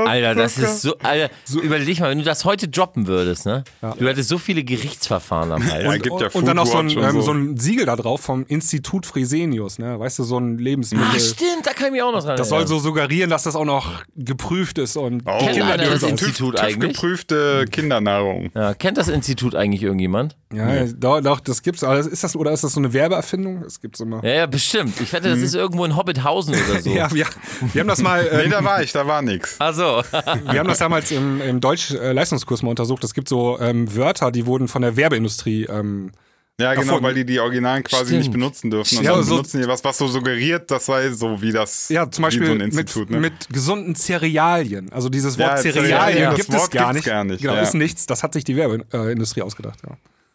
[SPEAKER 1] Alter, das ist so, Alter, überleg mal, wenn du das heute droppen würdest, ne? Du hättest so viele Gerichtsverfahren am Hals.
[SPEAKER 3] Ja, gibt ja
[SPEAKER 2] und dann noch so ein,
[SPEAKER 3] Foodwatch und
[SPEAKER 2] ähm,
[SPEAKER 3] so.
[SPEAKER 2] so ein Siegel da drauf vom Institut Fresenius, ne? Weißt du, so ein Lebensmittel.
[SPEAKER 1] Ach, stimmt, da kann ich mich auch noch dran
[SPEAKER 2] das soll so suggerieren, dass das auch noch geprüft ist und
[SPEAKER 3] Oh,
[SPEAKER 1] Kennt einer das
[SPEAKER 3] TÜV-
[SPEAKER 1] Institut
[SPEAKER 3] TÜV
[SPEAKER 1] eigentlich?
[SPEAKER 2] Hm.
[SPEAKER 3] geprüfte Kindernahrung.
[SPEAKER 1] Ja, kennt das Institut eigentlich irgendjemand?
[SPEAKER 2] Ja, doch, doch, das gibt's. Aber ist das, oder ist das so eine Werbeerfindung? Das gibt's immer. Hm.
[SPEAKER 1] Ja, ja, bestimmt. Ich wette, das ist irgendwo in Hobbithausen oder so.
[SPEAKER 2] Ja, wir, wir haben das mal.
[SPEAKER 3] Nee,
[SPEAKER 2] Äh,
[SPEAKER 3] da war ich, da waren nichts.
[SPEAKER 1] Also,
[SPEAKER 2] Wir haben das damals im, im Deutsch-Leistungskurs mal untersucht. Es gibt so ähm, Wörter, die wurden von der Werbeindustrie. Ähm,
[SPEAKER 3] Ja, genau,
[SPEAKER 2] Davon-
[SPEAKER 3] weil die die Originalen quasi
[SPEAKER 1] Stimmt.
[SPEAKER 3] nicht benutzen dürfen. Und
[SPEAKER 2] Ja,
[SPEAKER 3] dann
[SPEAKER 2] so-
[SPEAKER 3] benutzen die was, was so suggeriert, das sei so wie das.
[SPEAKER 2] ja, zum
[SPEAKER 3] wie
[SPEAKER 2] Beispiel
[SPEAKER 3] so ein
[SPEAKER 2] mit,
[SPEAKER 3] Institut, ne?
[SPEAKER 2] mit gesunden Cerealien. Also dieses Wort
[SPEAKER 3] Ja,
[SPEAKER 2] Cerealien,
[SPEAKER 3] Cerealien, das
[SPEAKER 2] gibt es
[SPEAKER 3] Wort
[SPEAKER 2] gar
[SPEAKER 3] gibt's
[SPEAKER 2] nicht.
[SPEAKER 3] gar nicht,
[SPEAKER 2] Genau,
[SPEAKER 3] ja.
[SPEAKER 2] ist nichts. Das hat sich die Werbeindustrie ausgedacht.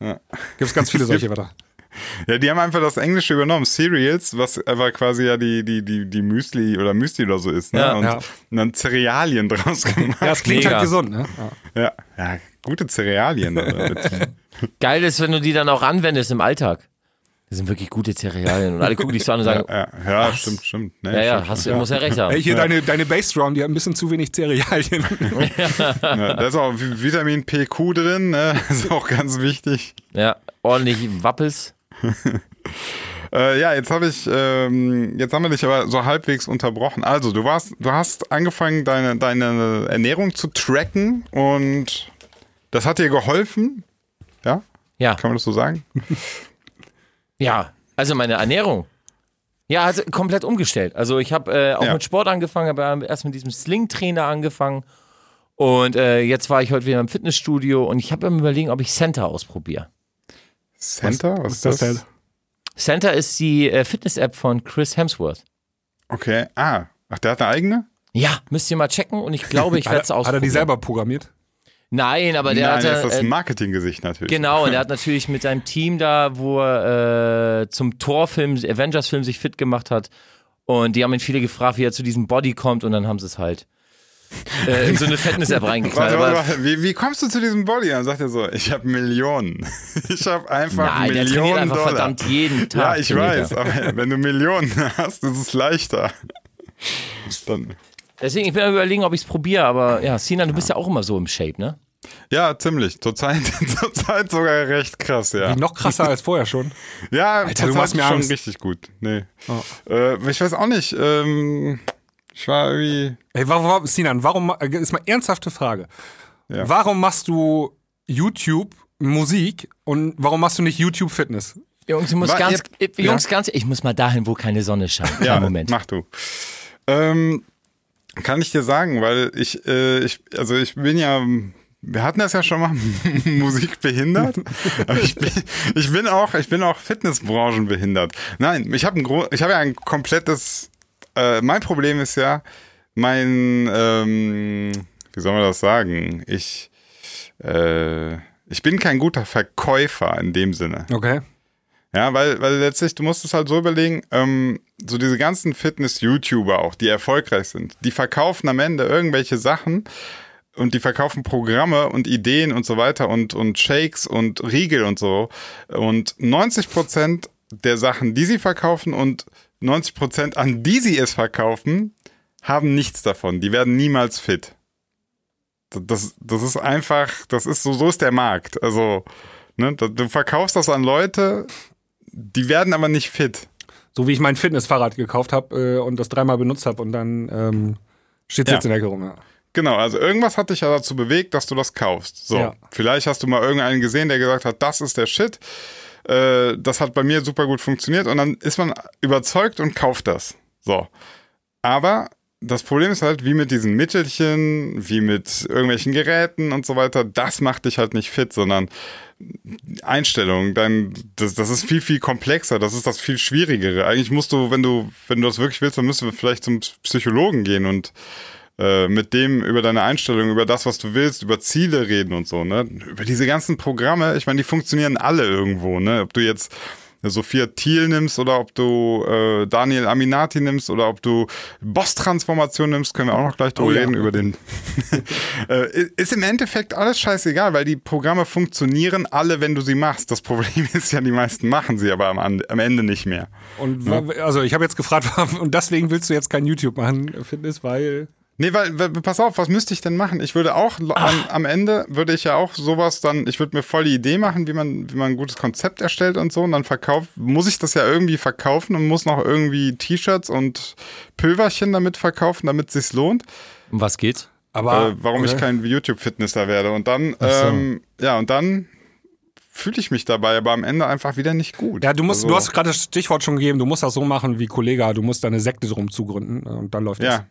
[SPEAKER 2] Ja. Gibt es ganz viele solche Wörter.
[SPEAKER 3] Ja, die haben einfach das Englische übernommen. Cereals, was einfach quasi ja die, die, die, die Müsli oder Müsli oder so ist, ne?
[SPEAKER 1] Ja.
[SPEAKER 3] und,
[SPEAKER 2] Ja.
[SPEAKER 3] und dann Cerealien draus gemacht.
[SPEAKER 2] Ja, es klingt
[SPEAKER 1] Mega.
[SPEAKER 2] halt gesund. Ne? Ja.
[SPEAKER 3] Ja, ja gute Cerealien. äh, mit-
[SPEAKER 1] geil ist, wenn du die dann auch anwendest im Alltag. Das sind wirklich gute Cerealien. Und alle gucken dich so an und sagen,
[SPEAKER 3] ja, ja stimmt, stimmt. Ne,
[SPEAKER 1] ja, ja,
[SPEAKER 3] stimmt,
[SPEAKER 1] hast, du
[SPEAKER 3] stimmt.
[SPEAKER 1] muss ja recht haben.
[SPEAKER 2] Ey, hier deine, deine Bassdrum, die hat ein bisschen zu wenig Cerealien.
[SPEAKER 3] Ja, da ist auch Vi- Vitamin PQ drin, ne? ist auch ganz wichtig.
[SPEAKER 1] Ja, ordentlich Wappels.
[SPEAKER 3] Äh, ja, jetzt habe ich, ähm, jetzt haben wir dich aber so halbwegs unterbrochen. Also, du warst, du hast angefangen, deine, deine Ernährung zu tracken und das hat dir geholfen. Ja,
[SPEAKER 1] Ja.
[SPEAKER 3] kann man das so sagen?
[SPEAKER 1] Ja, also meine Ernährung. Ja, also komplett umgestellt. Also ich habe äh, auch
[SPEAKER 3] Ja.
[SPEAKER 1] mit Sport angefangen, habe erst mit diesem Sling-Trainer angefangen. Und äh, jetzt war ich heute wieder im Fitnessstudio und ich habe mir überlegen, ob ich Center ausprobiere.
[SPEAKER 3] Center? Was, ist das?
[SPEAKER 1] Center ist die äh, Fitness-App von Chris Hemsworth.
[SPEAKER 3] Okay, ah, ach, der hat eine eigene?
[SPEAKER 1] Ja, müsst ihr mal checken und ich glaube, ich werde
[SPEAKER 2] Hat,
[SPEAKER 1] es
[SPEAKER 2] er-
[SPEAKER 1] ausprobieren.
[SPEAKER 2] hat er die selber programmiert?
[SPEAKER 1] Nein, aber der
[SPEAKER 3] Nein,
[SPEAKER 1] hat
[SPEAKER 3] das ist das
[SPEAKER 1] äh,
[SPEAKER 3] Marketinggesicht natürlich.
[SPEAKER 1] Genau, und er hat natürlich mit seinem Team da, wo er äh, zum Torfilm, Avengers-Film sich fit gemacht hat. Und die haben ihn viele gefragt, wie er zu diesem Body kommt. Und dann haben sie es halt äh, in so eine Fitness-App reingeknallt.
[SPEAKER 3] Warte, warte,
[SPEAKER 1] Aber,
[SPEAKER 3] warte. Wie, wie kommst du zu diesem Body? Dann sagt er so, ich habe Millionen. Ich habe einfach
[SPEAKER 1] nein, der
[SPEAKER 3] Millionen
[SPEAKER 1] trainiert einfach
[SPEAKER 3] Dollar.
[SPEAKER 1] verdammt jeden Tag.
[SPEAKER 3] Ja, ich
[SPEAKER 1] trainiert er.
[SPEAKER 3] weiß, aber wenn du Millionen hast, ist es leichter. Dann,
[SPEAKER 1] Deswegen, ich bin am überlegen, ob ich es probiere. Aber ja, Sinan, du bist ja auch immer so im Shape, ne?
[SPEAKER 3] ja, ziemlich. Zurzeit, zurzeit sogar recht krass, ja.
[SPEAKER 2] Noch krasser als vorher schon.
[SPEAKER 3] Ja,
[SPEAKER 2] Alter, du
[SPEAKER 3] zurzeit
[SPEAKER 2] machst mir
[SPEAKER 3] schon
[SPEAKER 2] Angst. Oh.
[SPEAKER 3] richtig gut. Nee. Äh, ich weiß auch nicht. Ähm, ich war irgendwie.
[SPEAKER 2] Ey, warum, warum, Sinan, warum, äh, ist mal ernsthafte Frage. Warum machst du YouTube Musik und warum machst du nicht YouTube Fitness?
[SPEAKER 1] Jungs, ich muss,
[SPEAKER 3] Wa-
[SPEAKER 1] ganz,
[SPEAKER 3] ihr-
[SPEAKER 1] ich- Jungs ganz, ich muss mal dahin, wo keine Sonne scheint.
[SPEAKER 3] Ja,
[SPEAKER 1] Kleinen Moment.
[SPEAKER 3] mach du. Ähm, kann ich dir sagen, weil ich, äh, ich, also ich bin ja, wir hatten das ja schon mal, musikbehindert. Aber ich bin, ich bin auch, ich bin auch Fitnessbranchenbehindert. Nein, ich habe ein gro ich habe ja ein komplettes, äh, mein Problem ist ja, mein, ähm, wie soll man das sagen? Ich, äh, ich bin kein guter Verkäufer in dem Sinne.
[SPEAKER 2] Okay.
[SPEAKER 3] Ja, weil, weil letztlich, du musst es halt so überlegen, ähm, so diese ganzen Fitness-YouTuber auch, die erfolgreich sind, die verkaufen am Ende irgendwelche Sachen und die verkaufen Programme und Ideen und so weiter und, und Shakes und Riegel und so. Und 90% der Sachen, die sie verkaufen und 90% an die sie es verkaufen, haben nichts davon. Die werden niemals fit. Das, das ist einfach, das ist so, so ist der Markt. Also, ne, da- du verkaufst das an Leute, die werden aber nicht fit.
[SPEAKER 2] So wie ich mein Fitnessfahrrad gekauft habe äh, und das dreimal benutzt habe und dann ähm, steht
[SPEAKER 3] Ja.
[SPEAKER 2] jetzt in der Ecke rum. Ja.
[SPEAKER 3] Genau, also irgendwas hat dich ja dazu bewegt, dass du das kaufst. So,
[SPEAKER 2] Ja.
[SPEAKER 3] vielleicht hast du mal irgendeinen gesehen, der gesagt hat, das ist der Shit. Äh, das hat bei mir super gut funktioniert und dann ist man überzeugt und kauft das. So. Aber das Problem ist halt, wie mit diesen Mittelchen, wie mit irgendwelchen Geräten und so weiter, das macht dich halt nicht fit, sondern Einstellung, dein, das, das ist viel, viel komplexer, das ist das viel Schwierigere. Eigentlich musst du, wenn du, wenn du das wirklich willst, dann müsstest du vielleicht zum Psychologen gehen und äh, mit dem über deine Einstellung, über das, was du willst, über Ziele reden und so, ne? Über diese ganzen Programme, ich meine, die funktionieren alle irgendwo, ne? Ob du jetzt äh, Sophia Thiel nimmst oder ob du äh, Daniel Aminati nimmst oder ob du Boss-Transformation nimmst, können wir auch noch gleich drüber reden, über den. äh, ist im Endeffekt alles scheißegal, weil die Programme funktionieren alle, wenn du sie machst. Das Problem ist ja, die meisten machen sie aber am, An- am Ende nicht mehr.
[SPEAKER 2] Und wa- also ich habe jetzt gefragt, warum- und deswegen willst du jetzt kein YouTube machen, äh, Fitness, weil.
[SPEAKER 3] Nee, weil, weil, pass auf, was müsste ich denn machen? Ich würde auch, lo- am, am Ende würde ich ja auch sowas dann, ich würde mir voll die Idee machen, wie man, wie man ein gutes Konzept erstellt und so und dann verkauft, muss ich das ja irgendwie verkaufen und muss noch irgendwie T-Shirts und Pülverchen damit verkaufen, damit sich's lohnt,
[SPEAKER 1] Um was geht's?
[SPEAKER 2] Aber
[SPEAKER 3] äh, warum ich
[SPEAKER 2] Ah, Okay.
[SPEAKER 3] kein YouTube-Fitnesser werde. Und dann, ähm, ja, und dann fühle ich mich dabei, aber am Ende einfach wieder nicht gut.
[SPEAKER 2] Ja, du musst,
[SPEAKER 3] Also-
[SPEAKER 2] du hast gerade das Stichwort schon gegeben, du musst das so machen wie Kollega, du musst deine Sekte drum zugründen äh, und dann läuft
[SPEAKER 3] Ja.
[SPEAKER 2] das.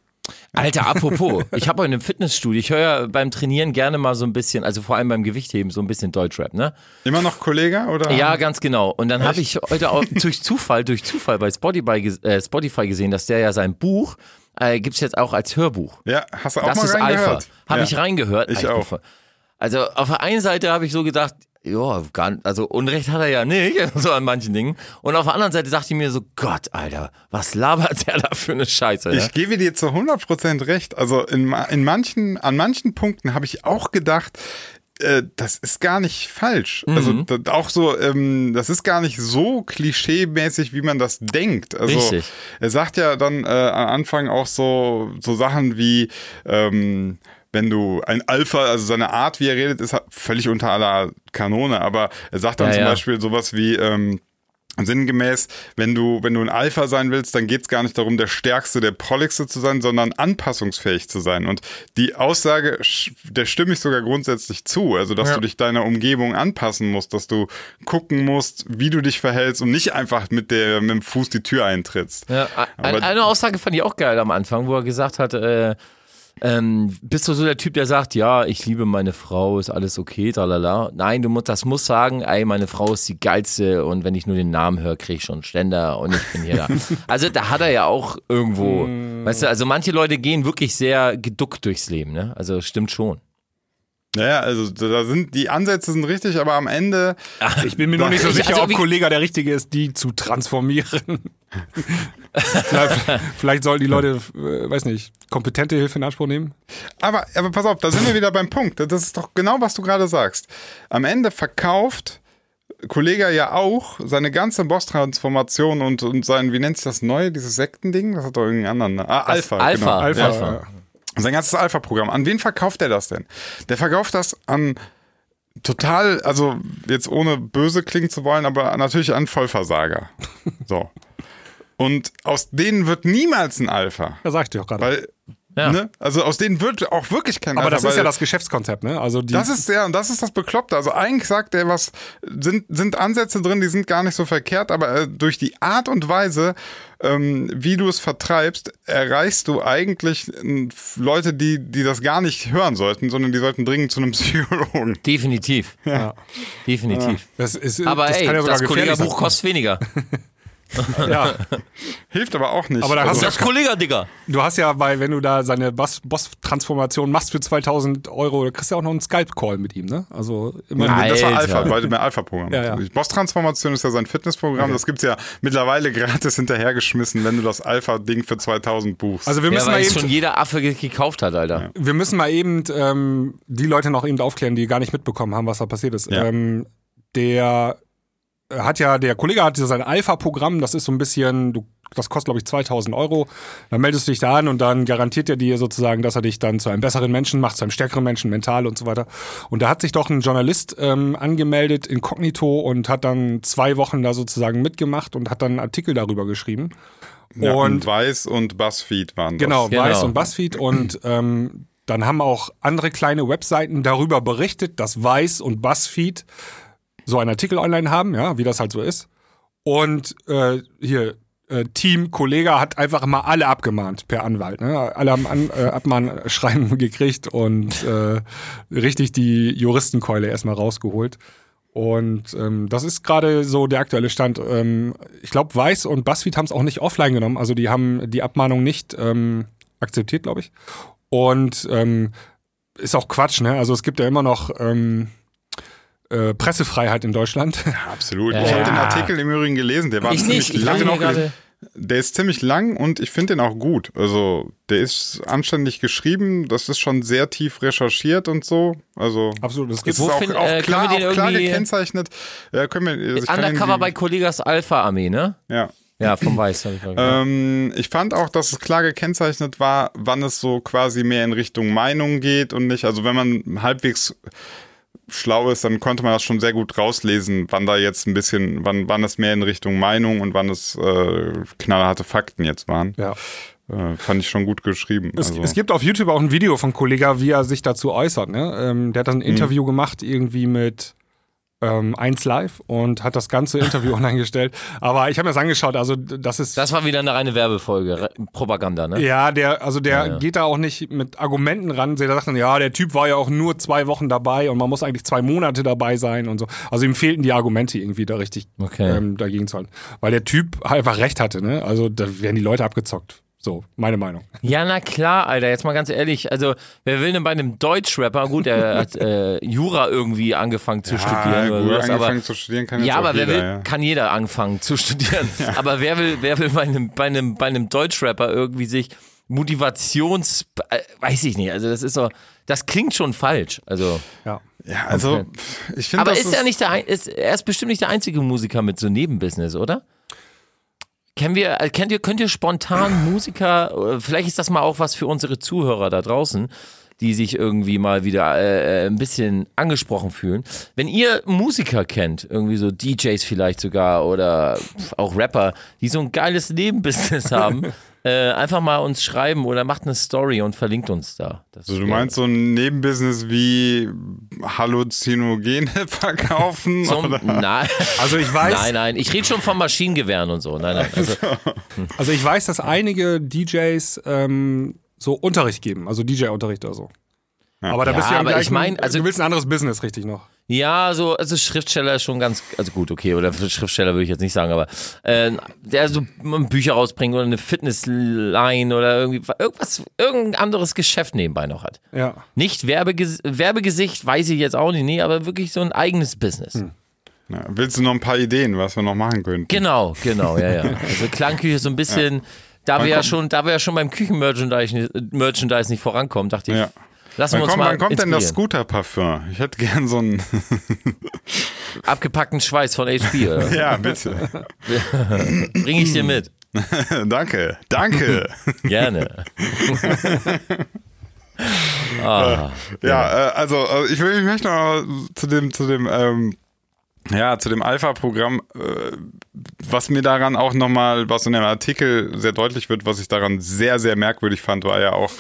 [SPEAKER 1] Alter, apropos, ich habe heute im Fitnessstudio, ich höre ja beim Trainieren gerne mal so ein bisschen, also vor allem beim Gewichtheben, so ein bisschen Deutschrap, ne?
[SPEAKER 3] Immer noch Kollege oder?
[SPEAKER 1] Ja, ganz genau. Und dann habe ich heute auch durch Zufall, durch Zufall bei Spotify, ges- äh, Spotify gesehen, dass der ja sein Buch äh, gibt's jetzt auch als Hörbuch.
[SPEAKER 3] Ja, hast du auch
[SPEAKER 1] Das
[SPEAKER 3] mal
[SPEAKER 1] ist Alpha.
[SPEAKER 3] reingehört?
[SPEAKER 1] Habe
[SPEAKER 3] ja.
[SPEAKER 1] ich reingehört.
[SPEAKER 3] Ich
[SPEAKER 1] bin
[SPEAKER 3] auch.
[SPEAKER 1] voll- Also auf der einen Seite habe ich so gedacht, ja, gar nicht, also Unrecht hat er ja nicht, so an manchen Dingen. Und auf der anderen Seite dachte ich mir so, Gott, Alter, was labert der da für eine Scheiße? ne?
[SPEAKER 3] Ich gebe dir zu 100% recht. Also in, ma- in manchen, an manchen Punkten habe ich auch gedacht, äh, das ist gar nicht falsch. Also
[SPEAKER 1] Mhm.
[SPEAKER 3] da- auch so, ähm, das ist gar nicht so klischeemäßig, wie man das denkt. Also
[SPEAKER 1] Richtig.
[SPEAKER 3] er sagt ja dann äh, am Anfang auch so, so Sachen wie, ähm, wenn du ein Alpha, also seine Art, wie er redet, ist halt völlig unter aller Kanone, aber er sagt dann
[SPEAKER 1] Ja,
[SPEAKER 3] zum
[SPEAKER 1] ja.
[SPEAKER 3] Beispiel sowas wie, ähm, Sinngemäß, wenn du, wenn du ein Alpha sein willst, dann geht's gar nicht darum, der Stärkste, der Prolligste zu sein, sondern anpassungsfähig zu sein. Und die Aussage, sch- der stimme ich sogar grundsätzlich zu. Also, dass du dich deiner Umgebung anpassen musst, dass du gucken musst, wie du dich verhältst und nicht einfach mit, der, mit dem Fuß die Tür eintrittst.
[SPEAKER 1] Ja,
[SPEAKER 3] Aber-
[SPEAKER 1] Ah, eine, eine Aussage fand ich auch geil am Anfang, wo er gesagt hat, äh, ähm, bist du so der Typ, der sagt, ja, ich liebe meine Frau, ist alles okay, tralala. Nein, du musst, das muss sagen, ey, meine Frau ist die geilste und wenn ich nur den Namen höre, kriege ich schon Ständer und ich bin hier da. Also da hat er ja auch irgendwo,
[SPEAKER 2] Hm.
[SPEAKER 1] weißt du, also manche Leute gehen wirklich sehr geduckt durchs Leben, ne? Also stimmt schon.
[SPEAKER 3] Naja, also da sind die Ansätze sind richtig, aber am Ende
[SPEAKER 2] Ich bin mir nur nicht so
[SPEAKER 1] Ich-
[SPEAKER 2] sicher,
[SPEAKER 1] also
[SPEAKER 2] ob
[SPEAKER 1] wie-
[SPEAKER 2] Kollega der Richtige ist, die zu transformieren. vielleicht, vielleicht sollen die Leute, äh, weiß nicht, kompetente Hilfe in Anspruch nehmen.
[SPEAKER 3] Aber, aber pass auf, da sind wir wieder beim Punkt. Das ist doch genau, was du gerade sagst. Am Ende verkauft Kollega ja auch seine ganze Boss-Transformation und, und sein, wie nennt sich das neue, dieses Sektending? Das hat doch irgendeinen anderen. Ah, Alpha.
[SPEAKER 1] Alpha,
[SPEAKER 3] Genau.
[SPEAKER 1] Alpha.
[SPEAKER 2] Ja.
[SPEAKER 3] Sein ganzes Alpha-Programm. An wen verkauft er das denn? Der verkauft das an total, also jetzt ohne böse klingen zu wollen, aber natürlich an Vollversager. So. Und aus denen wird niemals ein Alpha.
[SPEAKER 2] Da sag ich dir auch gerade.
[SPEAKER 3] Weil, ne? Also aus denen wird auch wirklich kein
[SPEAKER 2] Aber
[SPEAKER 3] Alpha.
[SPEAKER 2] das ist ja
[SPEAKER 3] weil-
[SPEAKER 2] das Geschäftskonzept, ne? Also die,
[SPEAKER 3] das ist ja, und das ist das Bekloppte. Also eigentlich sagt er was, sind, sind Ansätze drin, die sind gar nicht so verkehrt, aber äh, durch die Art und Weise, ähm, wie du es vertreibst, erreichst du eigentlich ähm, f- Leute, die, die das gar nicht hören sollten, sondern die sollten dringend zu einem Psychologen.
[SPEAKER 1] Definitiv.
[SPEAKER 2] Ja.
[SPEAKER 1] Definitiv.
[SPEAKER 2] das ist
[SPEAKER 1] Aber
[SPEAKER 2] das
[SPEAKER 1] ey,
[SPEAKER 2] kann ja sogar
[SPEAKER 1] das
[SPEAKER 2] gefährlich
[SPEAKER 1] Kollegerbuch kostet weniger.
[SPEAKER 2] sein. Ja.
[SPEAKER 3] Hilft aber auch nicht. Also,
[SPEAKER 2] Aber da hast
[SPEAKER 1] Das Kollega, Digga.
[SPEAKER 2] Du hast ja bei, wenn du da seine Bas- Boss-Transformation machst für 2000 Euro, da kriegst du ja auch noch einen Skype-Call mit ihm, ne? Also immer
[SPEAKER 1] Nein.
[SPEAKER 3] das war
[SPEAKER 1] Alter.
[SPEAKER 3] Alpha, bei dem Alpha-Programm.
[SPEAKER 2] Ja, ja.
[SPEAKER 3] Die Boss-Transformation ist ja sein Fitnessprogramm. Das gibt's ja mittlerweile gratis hinterhergeschmissen, wenn du das Alpha-Ding für 2000 buchst.
[SPEAKER 2] Also wir
[SPEAKER 1] Ja,
[SPEAKER 2] müssen mal
[SPEAKER 1] weil es
[SPEAKER 2] eben,
[SPEAKER 1] schon jeder Affe ge- gekauft hat, Alter.
[SPEAKER 2] wir müssen mal eben ähm, die Leute noch eben aufklären, die gar nicht mitbekommen haben, was da passiert ist.
[SPEAKER 3] Ja.
[SPEAKER 2] Ähm, der äh, hat ja, der Kollege hat sein Alpha-Programm, das ist so ein bisschen, du, das kostet glaube ich 2000 Euro. Dann meldest du dich da an und dann garantiert er dir sozusagen, dass er dich dann zu einem besseren Menschen macht, zu einem stärkeren Menschen, mental und so weiter. Und da hat sich doch ein Journalist ähm, angemeldet, inkognito, und hat dann zwei Wochen da sozusagen mitgemacht und hat dann einen Artikel darüber geschrieben.
[SPEAKER 3] ja,
[SPEAKER 2] und
[SPEAKER 3] und Weiß und Buzzfeed waren das.
[SPEAKER 2] Genau,
[SPEAKER 1] Genau.
[SPEAKER 2] Weiß und Buzzfeed und ähm, dann haben auch andere kleine Webseiten darüber berichtet, dass Weiß und Buzzfeed so einen Artikel online haben, ja, wie das halt so ist. Und äh, hier äh, Team Kollege hat einfach mal alle abgemahnt per Anwalt. Ne? Alle haben an, äh, Abmahnschreiben gekriegt und äh, richtig die Juristenkeule erstmal rausgeholt. Und ähm, das ist gerade so der aktuelle Stand. Ähm, ich glaube, Weiß und Buzzfeed haben es auch nicht offline genommen. Also die haben die Abmahnung nicht ähm, akzeptiert, glaube ich. Und ähm, ist auch Quatsch, ne? Also es gibt ja immer noch ähm, äh, Pressefreiheit in Deutschland.
[SPEAKER 3] Absolut. Ich habe den Artikel im Übrigen gelesen, der war
[SPEAKER 1] Ich
[SPEAKER 3] ziemlich
[SPEAKER 1] nicht, ich
[SPEAKER 3] lang.
[SPEAKER 1] hab ihn mir
[SPEAKER 3] gelesen.
[SPEAKER 1] gerade-
[SPEAKER 3] der ist ziemlich lang und ich finde den auch gut. Also, der ist anständig geschrieben, das ist schon sehr tief recherchiert und so. Also,
[SPEAKER 2] Absolut. Es
[SPEAKER 3] es
[SPEAKER 2] gibt
[SPEAKER 3] ist
[SPEAKER 1] Wo
[SPEAKER 3] auch,
[SPEAKER 1] find-
[SPEAKER 3] auch,
[SPEAKER 1] äh,
[SPEAKER 3] klar,
[SPEAKER 1] können wir den
[SPEAKER 3] auch klar
[SPEAKER 1] irgendwie-
[SPEAKER 3] gekennzeichnet. Ja, können wir, also ich kann den-
[SPEAKER 1] Undercover bei Kollegas Alpha-Armee, ne? Äh,
[SPEAKER 3] ja.
[SPEAKER 1] Ja, vom Weiß habe ich mal gehört.
[SPEAKER 3] Ähm, ich fand auch, dass es klar gekennzeichnet war, wann es so quasi mehr in Richtung Meinung geht und nicht. Also wenn man halbwegs schlau ist, dann konnte man das schon sehr gut rauslesen, wann da jetzt ein bisschen, wann, wann es mehr in Richtung Meinung und wann es äh, knallharte Fakten jetzt waren.
[SPEAKER 2] ja.
[SPEAKER 3] Äh, fand ich schon gut geschrieben.
[SPEAKER 2] Es,
[SPEAKER 3] also.
[SPEAKER 2] es gibt auf YouTube auch ein Mhm. Video von Kollega, wie er sich dazu äußert. Ne? Ähm, der hat dann ein Interview gemacht, irgendwie mit ähm, 1 Live und hat das ganze Interview online gestellt. Aber ich habe mir das angeschaut, also das ist.
[SPEAKER 1] Das war wieder eine reine Werbefolge, Re- Propaganda, ne?
[SPEAKER 2] ja, der, also der geht da auch nicht mit Argumenten ran. Der sagt dann, ja, der Typ war ja auch nur zwei Wochen dabei und man muss eigentlich zwei Monate dabei sein und so. Also ihm fehlten die Argumente irgendwie da richtig
[SPEAKER 1] Okay.
[SPEAKER 2] ähm, dagegen zu halten. Weil der Typ einfach recht hatte, ne? Also da werden die Leute abgezockt. So, meine Meinung.
[SPEAKER 1] Ja, na klar, Alter, jetzt mal ganz ehrlich, also wer will denn bei einem Deutschrapper, gut, er hat äh, Jura irgendwie angefangen zu studieren
[SPEAKER 3] Ah, gut,
[SPEAKER 1] oder was,
[SPEAKER 3] angefangen
[SPEAKER 1] aber
[SPEAKER 3] zu studieren kann jetzt
[SPEAKER 1] ja,
[SPEAKER 3] auch
[SPEAKER 1] aber wer
[SPEAKER 3] jeder,
[SPEAKER 1] will,
[SPEAKER 3] ja.
[SPEAKER 1] kann jeder anfangen zu studieren. Aber wer will, wer will bei einem, bei einem, bei einem Deutschrapper irgendwie sich Motivations, äh, weiß ich nicht, also das ist so, das klingt schon falsch, also.
[SPEAKER 2] Ja.
[SPEAKER 3] Ja, also ich finde
[SPEAKER 1] Aber
[SPEAKER 3] das
[SPEAKER 1] ist er nicht der, ein- ist, er ist bestimmt nicht der einzige Musiker mit so Nebenbusiness, oder? Kennen wir, äh, kennt ihr, könnt ihr spontan Musiker, äh, vielleicht ist das mal auch was für unsere Zuhörer da draußen, die sich irgendwie mal wieder äh, äh, ein bisschen angesprochen fühlen. Wenn ihr Musiker kennt, irgendwie so DJs vielleicht sogar oder pf, auch Rapper, die so ein geiles Nebenbusiness haben, äh, einfach mal uns schreiben oder macht eine Story und verlinkt uns da. Das
[SPEAKER 3] Also du
[SPEAKER 1] wäre-
[SPEAKER 3] meinst so ein Nebenbusiness wie Halluzinogene verkaufen?
[SPEAKER 1] Zum,
[SPEAKER 3] oder?
[SPEAKER 1] nein.
[SPEAKER 2] Also ich weiß,
[SPEAKER 1] Nein, nein, ich rede schon von Maschinengewehren und so. Nein, nein. Also,
[SPEAKER 2] also ich weiß, dass einige DJs ähm, so Unterricht geben, also DJ-Unterricht oder so. Aber da
[SPEAKER 1] Ja,
[SPEAKER 2] bist du ja im
[SPEAKER 1] aber ich
[SPEAKER 2] gleichen,
[SPEAKER 1] mein, also-
[SPEAKER 2] du willst ein anderes Business, richtig noch.
[SPEAKER 1] ja, so, also Schriftsteller ist schon ganz, also gut, okay, oder für Schriftsteller würde ich jetzt nicht sagen, aber äh, der so Bücher rausbringen oder eine Fitnessline oder irgendwie irgendwas, irgendein anderes Geschäft nebenbei noch hat.
[SPEAKER 2] Ja.
[SPEAKER 1] Nicht Werbeges Werbegesicht, weiß ich jetzt auch nicht, nee, aber wirklich so ein eigenes Business.
[SPEAKER 3] Hm. Ja, willst du noch ein paar Ideen, was wir noch machen könnten?
[SPEAKER 1] Genau, genau, ja, ja. Also Klangküche ist so ein bisschen, da wir ja
[SPEAKER 3] kommt-
[SPEAKER 1] schon, da wir ja schon beim Küchenmerchandise nicht- Merchandise nicht vorankommen, dachte ich,
[SPEAKER 3] Ja.
[SPEAKER 1] lassen
[SPEAKER 3] Wann
[SPEAKER 1] wir uns
[SPEAKER 3] kommt,
[SPEAKER 1] mal
[SPEAKER 3] wann kommt denn das
[SPEAKER 1] inspirieren.
[SPEAKER 3] Scooter-Parfum? Ich hätte gern so ein.
[SPEAKER 1] abgepackten Schweiß von HP. Oder?
[SPEAKER 3] Ja, bitte.
[SPEAKER 1] Bring ich dir mit.
[SPEAKER 3] danke, danke.
[SPEAKER 1] Gerne. Ah.
[SPEAKER 3] ja, äh, also äh, ich, will, ich möchte noch mal zu dem, zu dem, ähm, ja, zu dem Alpha-Programm, äh, was mir daran auch nochmal, was in dem Artikel sehr deutlich wird, was ich daran sehr, sehr merkwürdig fand, war ja auch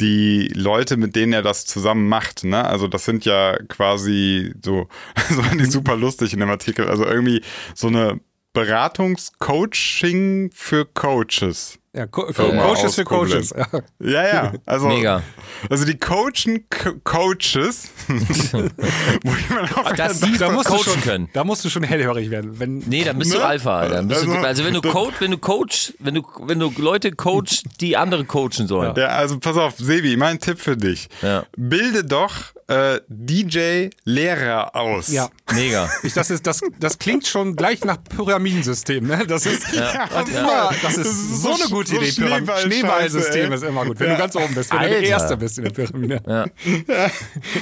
[SPEAKER 3] die Leute, mit denen er das zusammen macht. Ne? Also das sind ja quasi so, das war nicht super lustig in dem Artikel, also irgendwie so eine Beratungs-Coaching für Coaches.
[SPEAKER 2] Ja, Co Co
[SPEAKER 3] Firma
[SPEAKER 2] Coaches für
[SPEAKER 3] ausprobiert.
[SPEAKER 2] Coaches. Ja.
[SPEAKER 3] Ja, ja. Also,
[SPEAKER 1] Mega.
[SPEAKER 3] Also die coachen Co Coaches. wo ich mir auch
[SPEAKER 1] Das
[SPEAKER 3] wieder
[SPEAKER 1] sieht-
[SPEAKER 2] Da
[SPEAKER 1] Coachen
[SPEAKER 2] musst, du schon,
[SPEAKER 1] können.
[SPEAKER 2] da musst du schon hellhörig werden. Wenn,
[SPEAKER 1] Nee, dann bist du
[SPEAKER 3] Ne?
[SPEAKER 1] Alpha, Alter. Dann bist du,
[SPEAKER 3] Also-
[SPEAKER 1] also wenn du Coach, wenn du Coach, wenn du, wenn du Leute coach, die andere coachen sollen.
[SPEAKER 3] Ja, also pass auf, Sebi, mein Tipp für dich.
[SPEAKER 1] Ja.
[SPEAKER 3] Bilde doch äh, DJ-Lehrer aus.
[SPEAKER 2] ja.
[SPEAKER 1] Mega.
[SPEAKER 2] Ich, das, ist, das, das klingt schon gleich nach Pyramidensystem. Ne? Das, ist, das, ist immer, das ist so eine gute
[SPEAKER 3] so
[SPEAKER 2] Idee. Pyram-
[SPEAKER 3] Schneeball-
[SPEAKER 2] Schneeballsystem
[SPEAKER 3] Scheiße,
[SPEAKER 2] ist immer gut. Wenn du ganz oben bist, wenn du
[SPEAKER 1] Alter.
[SPEAKER 2] der Erste bist in der Pyramide.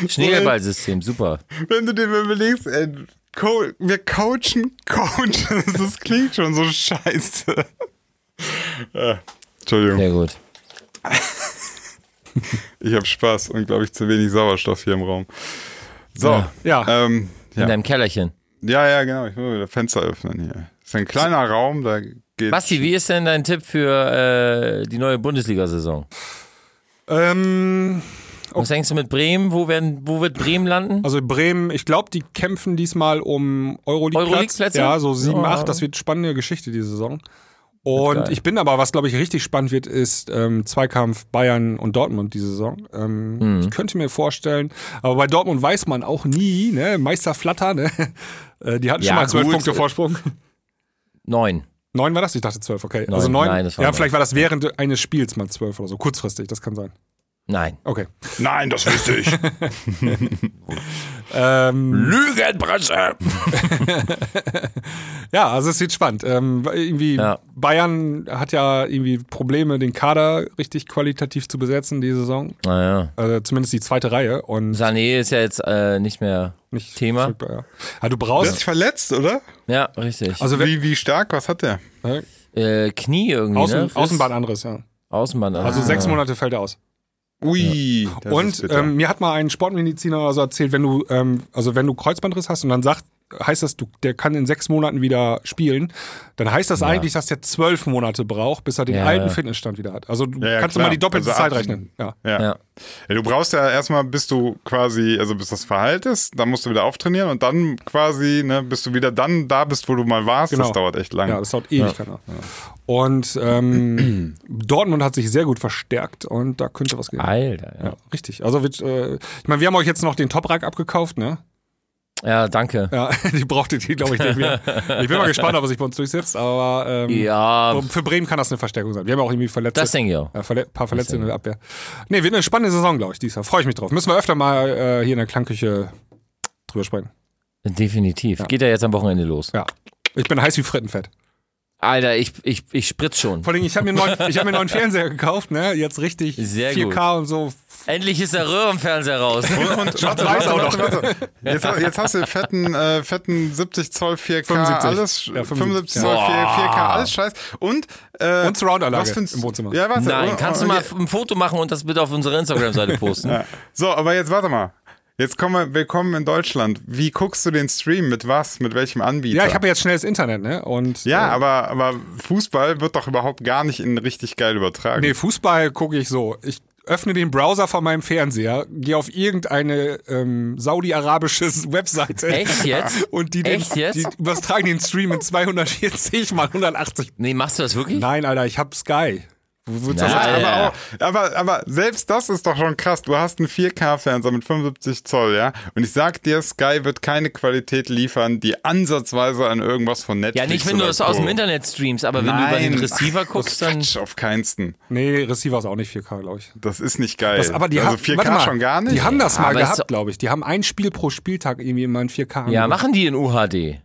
[SPEAKER 1] Schneeballsystem, super.
[SPEAKER 3] Wenn du dir mal überlegst, ey, co wir coachen Coaches, das klingt schon so scheiße. äh, Entschuldigung,
[SPEAKER 1] Sehr gut.
[SPEAKER 3] ich habe Spaß und glaube ich zu wenig Sauerstoff hier im Raum. So,
[SPEAKER 2] Ja.
[SPEAKER 3] Ähm,
[SPEAKER 1] In
[SPEAKER 3] ja.
[SPEAKER 1] deinem Kellerchen.
[SPEAKER 3] Ja, ja, genau. Ich muss mal wieder Fenster öffnen hier. Ist ein kleiner Raum, da geht.
[SPEAKER 1] Basti, wie ist denn dein Tipp für äh, die neue Bundesliga-Saison?
[SPEAKER 2] Ähm,
[SPEAKER 1] Was denkst du mit Bremen? Wo, werden, wo wird Bremen landen?
[SPEAKER 2] also Bremen, ich glaube, die kämpfen diesmal um Euroleague-Platz.
[SPEAKER 1] Euroleague-Plätze?
[SPEAKER 2] ja, so 7,
[SPEAKER 1] Ja.
[SPEAKER 2] 8. Das wird spannende Geschichte diese Saison. Und ich bin aber, was glaube ich richtig spannend wird, ist ähm, Zweikampf Bayern und Dortmund diese Saison. Ähm,
[SPEAKER 1] Mhm.
[SPEAKER 2] Ich könnte mir vorstellen, aber bei Dortmund weiß man auch nie, ne? Meister Flatter, ne? Äh, Die hatten
[SPEAKER 1] Ja,
[SPEAKER 2] schon mal zwölf
[SPEAKER 1] gut.
[SPEAKER 2] Punkte Vorsprung.
[SPEAKER 1] Neun.
[SPEAKER 2] Neun war das? Ich dachte zwölf, okay.
[SPEAKER 1] Neun.
[SPEAKER 2] Also neun.
[SPEAKER 1] Nein, das war
[SPEAKER 2] ja,
[SPEAKER 1] neun.
[SPEAKER 2] vielleicht war das während eines Spiels mal zwölf oder so. Kurzfristig, das kann sein.
[SPEAKER 1] Nein.
[SPEAKER 2] Okay.
[SPEAKER 4] Nein, das wüsste ich.
[SPEAKER 2] Ähm,
[SPEAKER 1] Lügenpresse!
[SPEAKER 2] Ja, also es wird spannend. Ähm, irgendwie
[SPEAKER 1] Ja.
[SPEAKER 2] Bayern hat ja irgendwie Probleme, den Kader richtig qualitativ zu besetzen die Saison.
[SPEAKER 1] Naja.
[SPEAKER 2] Also zumindest die zweite Reihe und
[SPEAKER 1] Sané ist ja jetzt äh, nicht mehr
[SPEAKER 2] nicht
[SPEAKER 1] Thema.
[SPEAKER 2] verfügbar, Ja. Ah, du
[SPEAKER 3] Der hat sich
[SPEAKER 2] brauchst
[SPEAKER 3] verletzt, oder?
[SPEAKER 1] Ja, richtig.
[SPEAKER 2] also wenn,
[SPEAKER 3] Wie, wie stark? Was hat der?
[SPEAKER 2] ne?
[SPEAKER 1] äh, Knie irgendwie,
[SPEAKER 2] Außen,
[SPEAKER 1] ne?
[SPEAKER 2] Außenbahn anderes, ja.
[SPEAKER 1] Außenband. ah.
[SPEAKER 2] Also sechs Monate fällt er aus.
[SPEAKER 3] Ui. das ist
[SPEAKER 2] und
[SPEAKER 3] bitter.
[SPEAKER 2] ähm, mir hat mal ein Sportmediziner oder so erzählt, wenn du ähm, also wenn du Kreuzbandriss hast und dann sagt heißt das, du, der kann in sechs Monaten wieder spielen, dann heißt das eigentlich, dass der zwölf Monate braucht, bis er den
[SPEAKER 1] Ja,
[SPEAKER 2] alten
[SPEAKER 1] ja.
[SPEAKER 2] Fitnessstand wieder hat. Also du
[SPEAKER 3] Ja, ja,
[SPEAKER 2] kannst
[SPEAKER 3] klar.
[SPEAKER 2] immer die doppelte
[SPEAKER 3] Also
[SPEAKER 2] Zeit
[SPEAKER 3] acht-
[SPEAKER 2] rechnen. Ja.
[SPEAKER 3] Ja.
[SPEAKER 1] Ja.
[SPEAKER 3] ja. Du brauchst ja erstmal, bis du quasi, also bis das Verhalt ist, dann musst du wieder auftrainieren und dann quasi, ne, bis du wieder dann da bist, wo du mal warst. Das dauert echt lange.
[SPEAKER 2] Genau. Ja, das dauert ewig. keiner. Und ähm, Dortmund hat sich sehr gut verstärkt und da könnte was gehen.
[SPEAKER 1] Ah, Alter, ja.
[SPEAKER 2] Ja, richtig. Also, wir- äh, ich meine, wir haben euch jetzt noch den Toprak abgekauft, ne?
[SPEAKER 1] Ja, danke.
[SPEAKER 2] Ja, die braucht ihr, glaube ich, nicht mehr. Ich bin mal gespannt, ob er sich bei uns durchsetzt, aber ähm,
[SPEAKER 1] Ja,
[SPEAKER 2] für Bremen kann das eine Verstärkung sein. Wir haben auch irgendwie Verletzte.
[SPEAKER 1] Das denke ich auch.
[SPEAKER 2] Äh, verle paar Verletzte in der Abwehr. Nee, wird eine spannende Saison, glaube ich, dieses Jahr. Freue ich mich drauf. Müssen wir öfter mal äh, hier in der Klangküche drüber sprechen.
[SPEAKER 1] definitiv. Geht ja jetzt am Wochenende los.
[SPEAKER 2] Ja. Ich bin heiß wie Frittenfett.
[SPEAKER 1] Alter, ich, ich, ich spritz schon.
[SPEAKER 2] Vor allem, ich habe mir, einen neuen- ich hab mir einen neuen Fernseher gekauft, ne? Jetzt richtig
[SPEAKER 1] Sehr
[SPEAKER 2] 4K und so.
[SPEAKER 1] Endlich ist der Röhrenfernseher raus.
[SPEAKER 3] Und
[SPEAKER 2] Schwarz-Weiß auch noch.
[SPEAKER 3] Jetzt, jetzt hast du fetten, äh, fetten 70 Zoll 4K,
[SPEAKER 2] 75.
[SPEAKER 3] alles
[SPEAKER 2] Ja,
[SPEAKER 3] 75,
[SPEAKER 2] 75
[SPEAKER 3] Zoll 4, k alles scheiß. Und, äh,
[SPEAKER 2] Und Surround-Anlage
[SPEAKER 3] was für ein-
[SPEAKER 2] im Wohnzimmer.
[SPEAKER 3] Ja, warte. oh,
[SPEAKER 1] Nein,
[SPEAKER 3] Und-
[SPEAKER 1] kannst du
[SPEAKER 3] und-
[SPEAKER 1] mal ein Foto machen und das bitte auf unserer Instagram-Seite posten?
[SPEAKER 3] So, aber jetzt warte mal. Jetzt kommen wir, willkommen in Deutschland. Wie guckst du den Stream? Mit was? Mit welchem Anbieter?
[SPEAKER 2] Ja, ich habe jetzt schnelles Internet, ne? Und,
[SPEAKER 3] ja,
[SPEAKER 2] äh,
[SPEAKER 3] aber, aber Fußball wird doch überhaupt gar nicht in richtig geil übertragen.
[SPEAKER 2] Nee, Fußball gucke ich so. Ich öffne den Browser von meinem Fernseher, gehe auf irgendeine ähm, saudi-arabische Webseite.
[SPEAKER 1] Echt jetzt?
[SPEAKER 2] Und die,
[SPEAKER 1] Echt jetzt?
[SPEAKER 2] die übertragen den Stream in 240 mal 180.
[SPEAKER 1] Nee, machst du das wirklich?
[SPEAKER 2] Nein, Alter, ich hab Sky. Wo- wo-
[SPEAKER 1] Nein.
[SPEAKER 2] das-
[SPEAKER 3] Also, aber,
[SPEAKER 1] Ja.
[SPEAKER 3] auch, aber, aber selbst das ist doch schon krass. Du hast einen 4K-Fernseher mit 75 Zoll, ja? Und ich sag dir, Sky wird keine Qualität liefern, die ansatzweise an irgendwas von Netflix
[SPEAKER 1] Ja, nicht wenn du
[SPEAKER 3] oder
[SPEAKER 1] das aus
[SPEAKER 3] Co.
[SPEAKER 1] dem Internet streamst, aber wenn du über
[SPEAKER 3] Nein.
[SPEAKER 1] den Receiver
[SPEAKER 3] Ach, das
[SPEAKER 1] guckst,
[SPEAKER 3] ist
[SPEAKER 1] dann.
[SPEAKER 3] Quatsch, auf keinsten.
[SPEAKER 2] Nee, Receiver ist auch nicht 4K, glaube ich.
[SPEAKER 3] Das ist nicht geil.
[SPEAKER 2] Das, aber die
[SPEAKER 3] also
[SPEAKER 2] haben-
[SPEAKER 3] 4K
[SPEAKER 2] warte mal,
[SPEAKER 3] schon gar nicht.
[SPEAKER 2] Die haben das mal
[SPEAKER 1] aber
[SPEAKER 2] gehabt,
[SPEAKER 1] ist-
[SPEAKER 2] glaube ich. Die haben ein Spiel pro Spieltag irgendwie immer in 4K.
[SPEAKER 1] Ja,
[SPEAKER 2] angeboten.
[SPEAKER 1] machen die in UHD.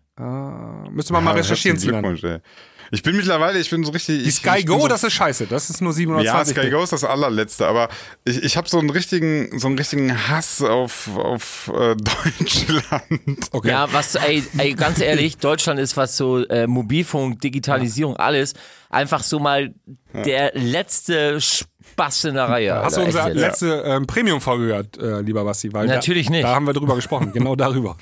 [SPEAKER 2] Müsste man mal
[SPEAKER 3] Ja, Ah,
[SPEAKER 2] recherchieren,
[SPEAKER 3] herzlichen
[SPEAKER 2] Sinan.
[SPEAKER 3] Glückwunsch, ey. Ich bin mittlerweile, ich bin so richtig.
[SPEAKER 2] Die
[SPEAKER 3] ich,
[SPEAKER 2] Sky
[SPEAKER 3] ich bin
[SPEAKER 2] Go,
[SPEAKER 3] so,
[SPEAKER 2] das ist scheiße. Das ist nur
[SPEAKER 3] Ja,
[SPEAKER 2] 720.
[SPEAKER 3] Sky Go ist das allerletzte, aber ich, ich habe so einen richtigen, so einen richtigen Hass auf, auf äh, Deutschland.
[SPEAKER 2] Okay.
[SPEAKER 1] Ja, was, ey, ey, ganz ehrlich, Deutschland ist was so äh, Mobilfunk, Digitalisierung, alles, einfach so mal der letzte Spaß in der Reihe.
[SPEAKER 2] Hast
[SPEAKER 1] Alter,
[SPEAKER 2] du unsere
[SPEAKER 1] echt jetzt.
[SPEAKER 2] letzte ähm, Premium-Folge gehört, äh, lieber Basti? Weil
[SPEAKER 1] Natürlich
[SPEAKER 2] da,
[SPEAKER 1] nicht.
[SPEAKER 2] Da haben wir drüber gesprochen, genau darüber.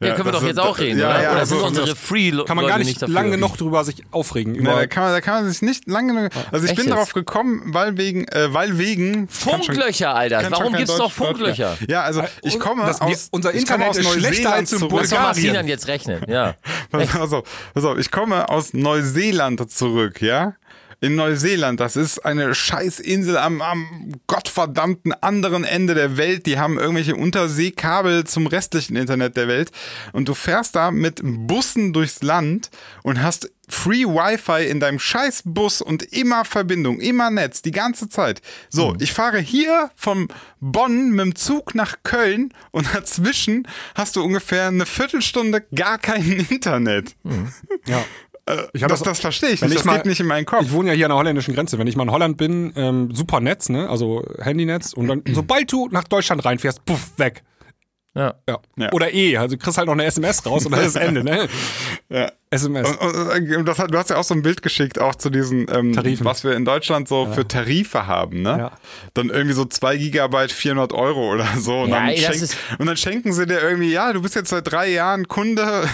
[SPEAKER 1] Ja, können wir
[SPEAKER 3] das
[SPEAKER 1] doch jetzt
[SPEAKER 3] sind-
[SPEAKER 1] auch reden,
[SPEAKER 3] ja,
[SPEAKER 1] oder?
[SPEAKER 3] ja,
[SPEAKER 1] oder
[SPEAKER 3] also
[SPEAKER 1] sind
[SPEAKER 3] von
[SPEAKER 1] unsere free
[SPEAKER 2] Kann man
[SPEAKER 1] Leute
[SPEAKER 2] gar nicht,
[SPEAKER 1] nicht dafür?
[SPEAKER 2] lange noch drüber sich aufregen.
[SPEAKER 3] Ja,
[SPEAKER 2] Über,
[SPEAKER 3] da, kann man, da kann man sich nicht lange genug.
[SPEAKER 2] Ah,
[SPEAKER 3] Also ich
[SPEAKER 1] Echt
[SPEAKER 3] bin
[SPEAKER 1] jetzt?
[SPEAKER 3] darauf gekommen, weil wegen, äh, weil wegen kann schon-
[SPEAKER 1] Funklöcher, Alter.
[SPEAKER 3] kann schon
[SPEAKER 1] Warum
[SPEAKER 3] kein
[SPEAKER 1] gibt's
[SPEAKER 3] Deutsch-
[SPEAKER 1] noch Funklöcher?
[SPEAKER 3] Ja, also ich komme
[SPEAKER 2] Das- Äh, wir-
[SPEAKER 3] aus
[SPEAKER 2] unser
[SPEAKER 3] ich komme
[SPEAKER 2] Internet
[SPEAKER 3] aus
[SPEAKER 2] ist schlechter als in
[SPEAKER 3] Neuseeland zurück.
[SPEAKER 1] Lass doch mal
[SPEAKER 2] Bulgarien.
[SPEAKER 1] Sinan jetzt rechnen, ja.
[SPEAKER 3] Pass, pass, auf, pass auf, ich komme aus Neuseeland zurück, ja? In Neuseeland, das ist eine Scheißinsel am, am gottverdammten anderen Ende der Welt. Die haben irgendwelche Unterseekabel zum restlichen Internet der Welt. Und du fährst da mit Bussen durchs Land und hast Free Wi-Fi in deinem Scheißbus und immer Verbindung, immer Netz, die ganze Zeit. So,
[SPEAKER 2] Mhm.
[SPEAKER 3] ich fahre hier vom Bonn mit dem Zug nach Köln und dazwischen hast du ungefähr eine Viertelstunde gar kein Internet.
[SPEAKER 2] ja.
[SPEAKER 3] Ich
[SPEAKER 2] hab
[SPEAKER 3] das,
[SPEAKER 2] das-
[SPEAKER 3] das verstehe ich
[SPEAKER 2] wenn
[SPEAKER 3] nicht,
[SPEAKER 2] ich
[SPEAKER 3] das
[SPEAKER 2] mal-
[SPEAKER 3] geht nicht in meinen Kopf.
[SPEAKER 2] Ich wohne ja hier an der holländischen Grenze. Wenn ich mal in Holland bin, ähm, super Netz, ne? also Handynetz. Und dann, sobald du nach Deutschland reinfährst, puff, weg.
[SPEAKER 1] Ja.
[SPEAKER 2] Ja.
[SPEAKER 3] Ja.
[SPEAKER 2] Oder eh, also kriegst halt noch eine SMS raus und dann ist Ende. Ne? SMS.
[SPEAKER 3] Und, und, und das hat, du hast ja auch so ein Bild geschickt, auch zu diesen, ähm,
[SPEAKER 2] Tarifen.
[SPEAKER 3] was wir in Deutschland so für Tarife haben, ne?
[SPEAKER 2] Ja.
[SPEAKER 3] Dann irgendwie so 2 Gigabyte 400 Euro oder so. Und,
[SPEAKER 1] Ja,
[SPEAKER 3] dann
[SPEAKER 1] ey, das
[SPEAKER 3] schenk-
[SPEAKER 1] ist-
[SPEAKER 3] und dann schenken sie dir irgendwie, ja, du bist jetzt seit drei Jahren Kunde,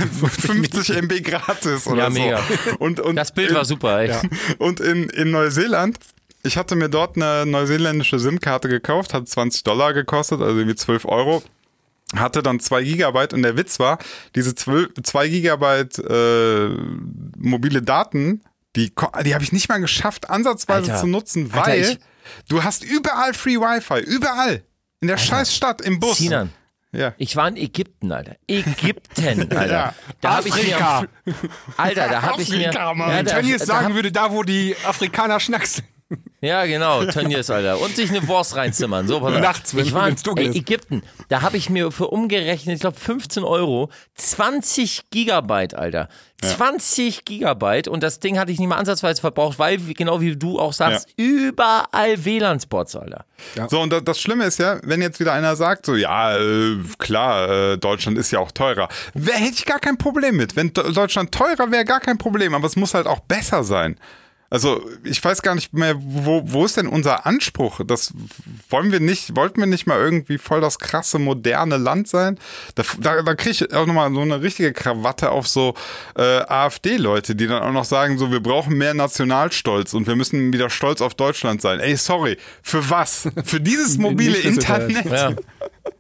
[SPEAKER 3] 50 MB gratis oder
[SPEAKER 1] Ja,
[SPEAKER 3] so.
[SPEAKER 1] mega.
[SPEAKER 3] Und, und
[SPEAKER 1] Das Bild
[SPEAKER 3] in-
[SPEAKER 1] war super, echt.
[SPEAKER 3] Und in, in Neuseeland, ich hatte mir dort eine neuseeländische SIM-Karte gekauft, hat 20 Dollar gekostet, also irgendwie 12 Euro. Hatte dann 2 Gigabyte und der Witz war, diese 12, 2 Gigabyte äh, mobile Daten, die, ko- die habe ich nicht mal geschafft, ansatzweise
[SPEAKER 1] Alter.
[SPEAKER 3] zu nutzen,
[SPEAKER 1] Alter,
[SPEAKER 3] weil
[SPEAKER 1] ich-
[SPEAKER 3] du hast überall Free Wi-Fi, überall. In der scheiß Stadt, im Bus.
[SPEAKER 1] Sinan.
[SPEAKER 3] Ja.
[SPEAKER 1] Ich war in Ägypten, Alter. Ägypten, Alter.
[SPEAKER 3] Ja.
[SPEAKER 1] Da hab ich mir
[SPEAKER 2] Afrika.
[SPEAKER 1] am Fl- Alter, da hab ich mir
[SPEAKER 3] Afrika, Mann.
[SPEAKER 1] ja,
[SPEAKER 2] Wenn Tönnies
[SPEAKER 1] da, da
[SPEAKER 2] sagen
[SPEAKER 1] hab,
[SPEAKER 2] würde, da wo die Afrikaner schnacksen.
[SPEAKER 1] ja, genau, Tönnies, Alter. Und sich eine Wurst reinzimmern. So, pass auf.
[SPEAKER 2] Nachts, wenn-
[SPEAKER 1] ich war in
[SPEAKER 2] wenn's dunkel
[SPEAKER 1] ey,
[SPEAKER 2] ist.
[SPEAKER 1] Ägypten. Da habe ich mir für umgerechnet, ich glaube 15 Euro, 20 Gigabyte, Alter. 20 Gigabyte und das Ding hatte ich nicht mal ansatzweise verbraucht, weil, wie- genau wie du auch sagst, überall WLAN-Spots, Alter.
[SPEAKER 3] So, und da- das Schlimme ist ja, wenn jetzt wieder einer sagt, so, ja, äh, klar, äh, Deutschland ist ja auch teurer. Wer hätte ich gar kein Problem mit. Wenn Do- Deutschland teurer wäre, gar kein Problem, aber es muss halt auch besser sein. Also ich weiß gar nicht mehr, wo, wo ist denn unser Anspruch? Das wollen wir nicht, wollten wir nicht mal irgendwie voll das krasse, moderne Land sein? Da, da, da kriege ich auch nochmal so eine richtige Krawatte auf so äh, AfD-Leute, die dann auch noch sagen, so wir brauchen mehr Nationalstolz und wir müssen wieder stolz auf Deutschland sein. Ey, sorry, für was? Für dieses mobile
[SPEAKER 2] Nicht fürs Internet.
[SPEAKER 3] Internet?
[SPEAKER 1] Ja.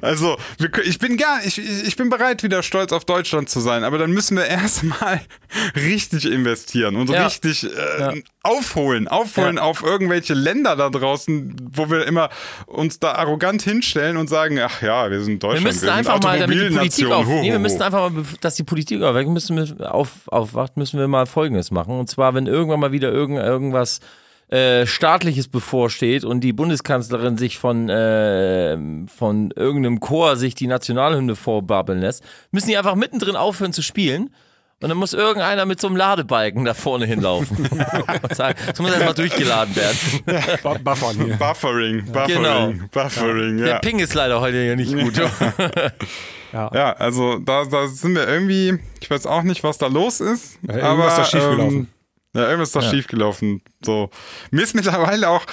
[SPEAKER 3] Also, wir, kö- ich bin gar, ich, ich ich bin bereit, wieder stolz auf Deutschland zu sein, aber dann müssen wir erstmal richtig investieren und
[SPEAKER 1] Ja.
[SPEAKER 3] richtig äh, aufholen, aufholen
[SPEAKER 1] Ja.
[SPEAKER 3] auf irgendwelche Länder da draußen, wo wir immer uns da arrogant hinstellen und sagen, ach ja, wir sind
[SPEAKER 1] Wir
[SPEAKER 3] Deutschland,
[SPEAKER 1] müssen
[SPEAKER 3] sind
[SPEAKER 1] einfach mal, damit die Politik
[SPEAKER 3] Automobilnation,
[SPEAKER 1] auf,
[SPEAKER 3] ho,
[SPEAKER 1] nee, wir
[SPEAKER 3] ho,
[SPEAKER 1] müssen
[SPEAKER 3] ho.
[SPEAKER 1] einfach mal, dass die Politik aufwacht, müssen wir, auf, aufwacht, müssen wir mal Folgendes machen. Und zwar, wenn irgendwann mal wieder irgend, irgendwas äh, staatliches bevorsteht und die Bundeskanzlerin sich von, äh, von irgendeinem Chor sich die Nationalhymne vorbabbeln lässt, müssen die einfach mittendrin aufhören zu spielen. Und dann muss irgendeiner mit so einem Ladebalken da vorne hinlaufen. Und sagen, das muss erstmal durchgeladen werden.
[SPEAKER 2] Bu- Buffern hier.
[SPEAKER 3] Buffering, Buffering,
[SPEAKER 1] Genau.
[SPEAKER 3] Buffering, ja.
[SPEAKER 1] Der Ping ist leider heute ja nicht gut.
[SPEAKER 3] Ja, also da, da sind wir irgendwie, ich weiß auch nicht, was da los ist.
[SPEAKER 2] irgendwas
[SPEAKER 3] aber,
[SPEAKER 2] ist da schiefgelaufen.
[SPEAKER 3] Ähm, ja, irgendwas ist da schiefgelaufen. So. Mir ist mittlerweile auch,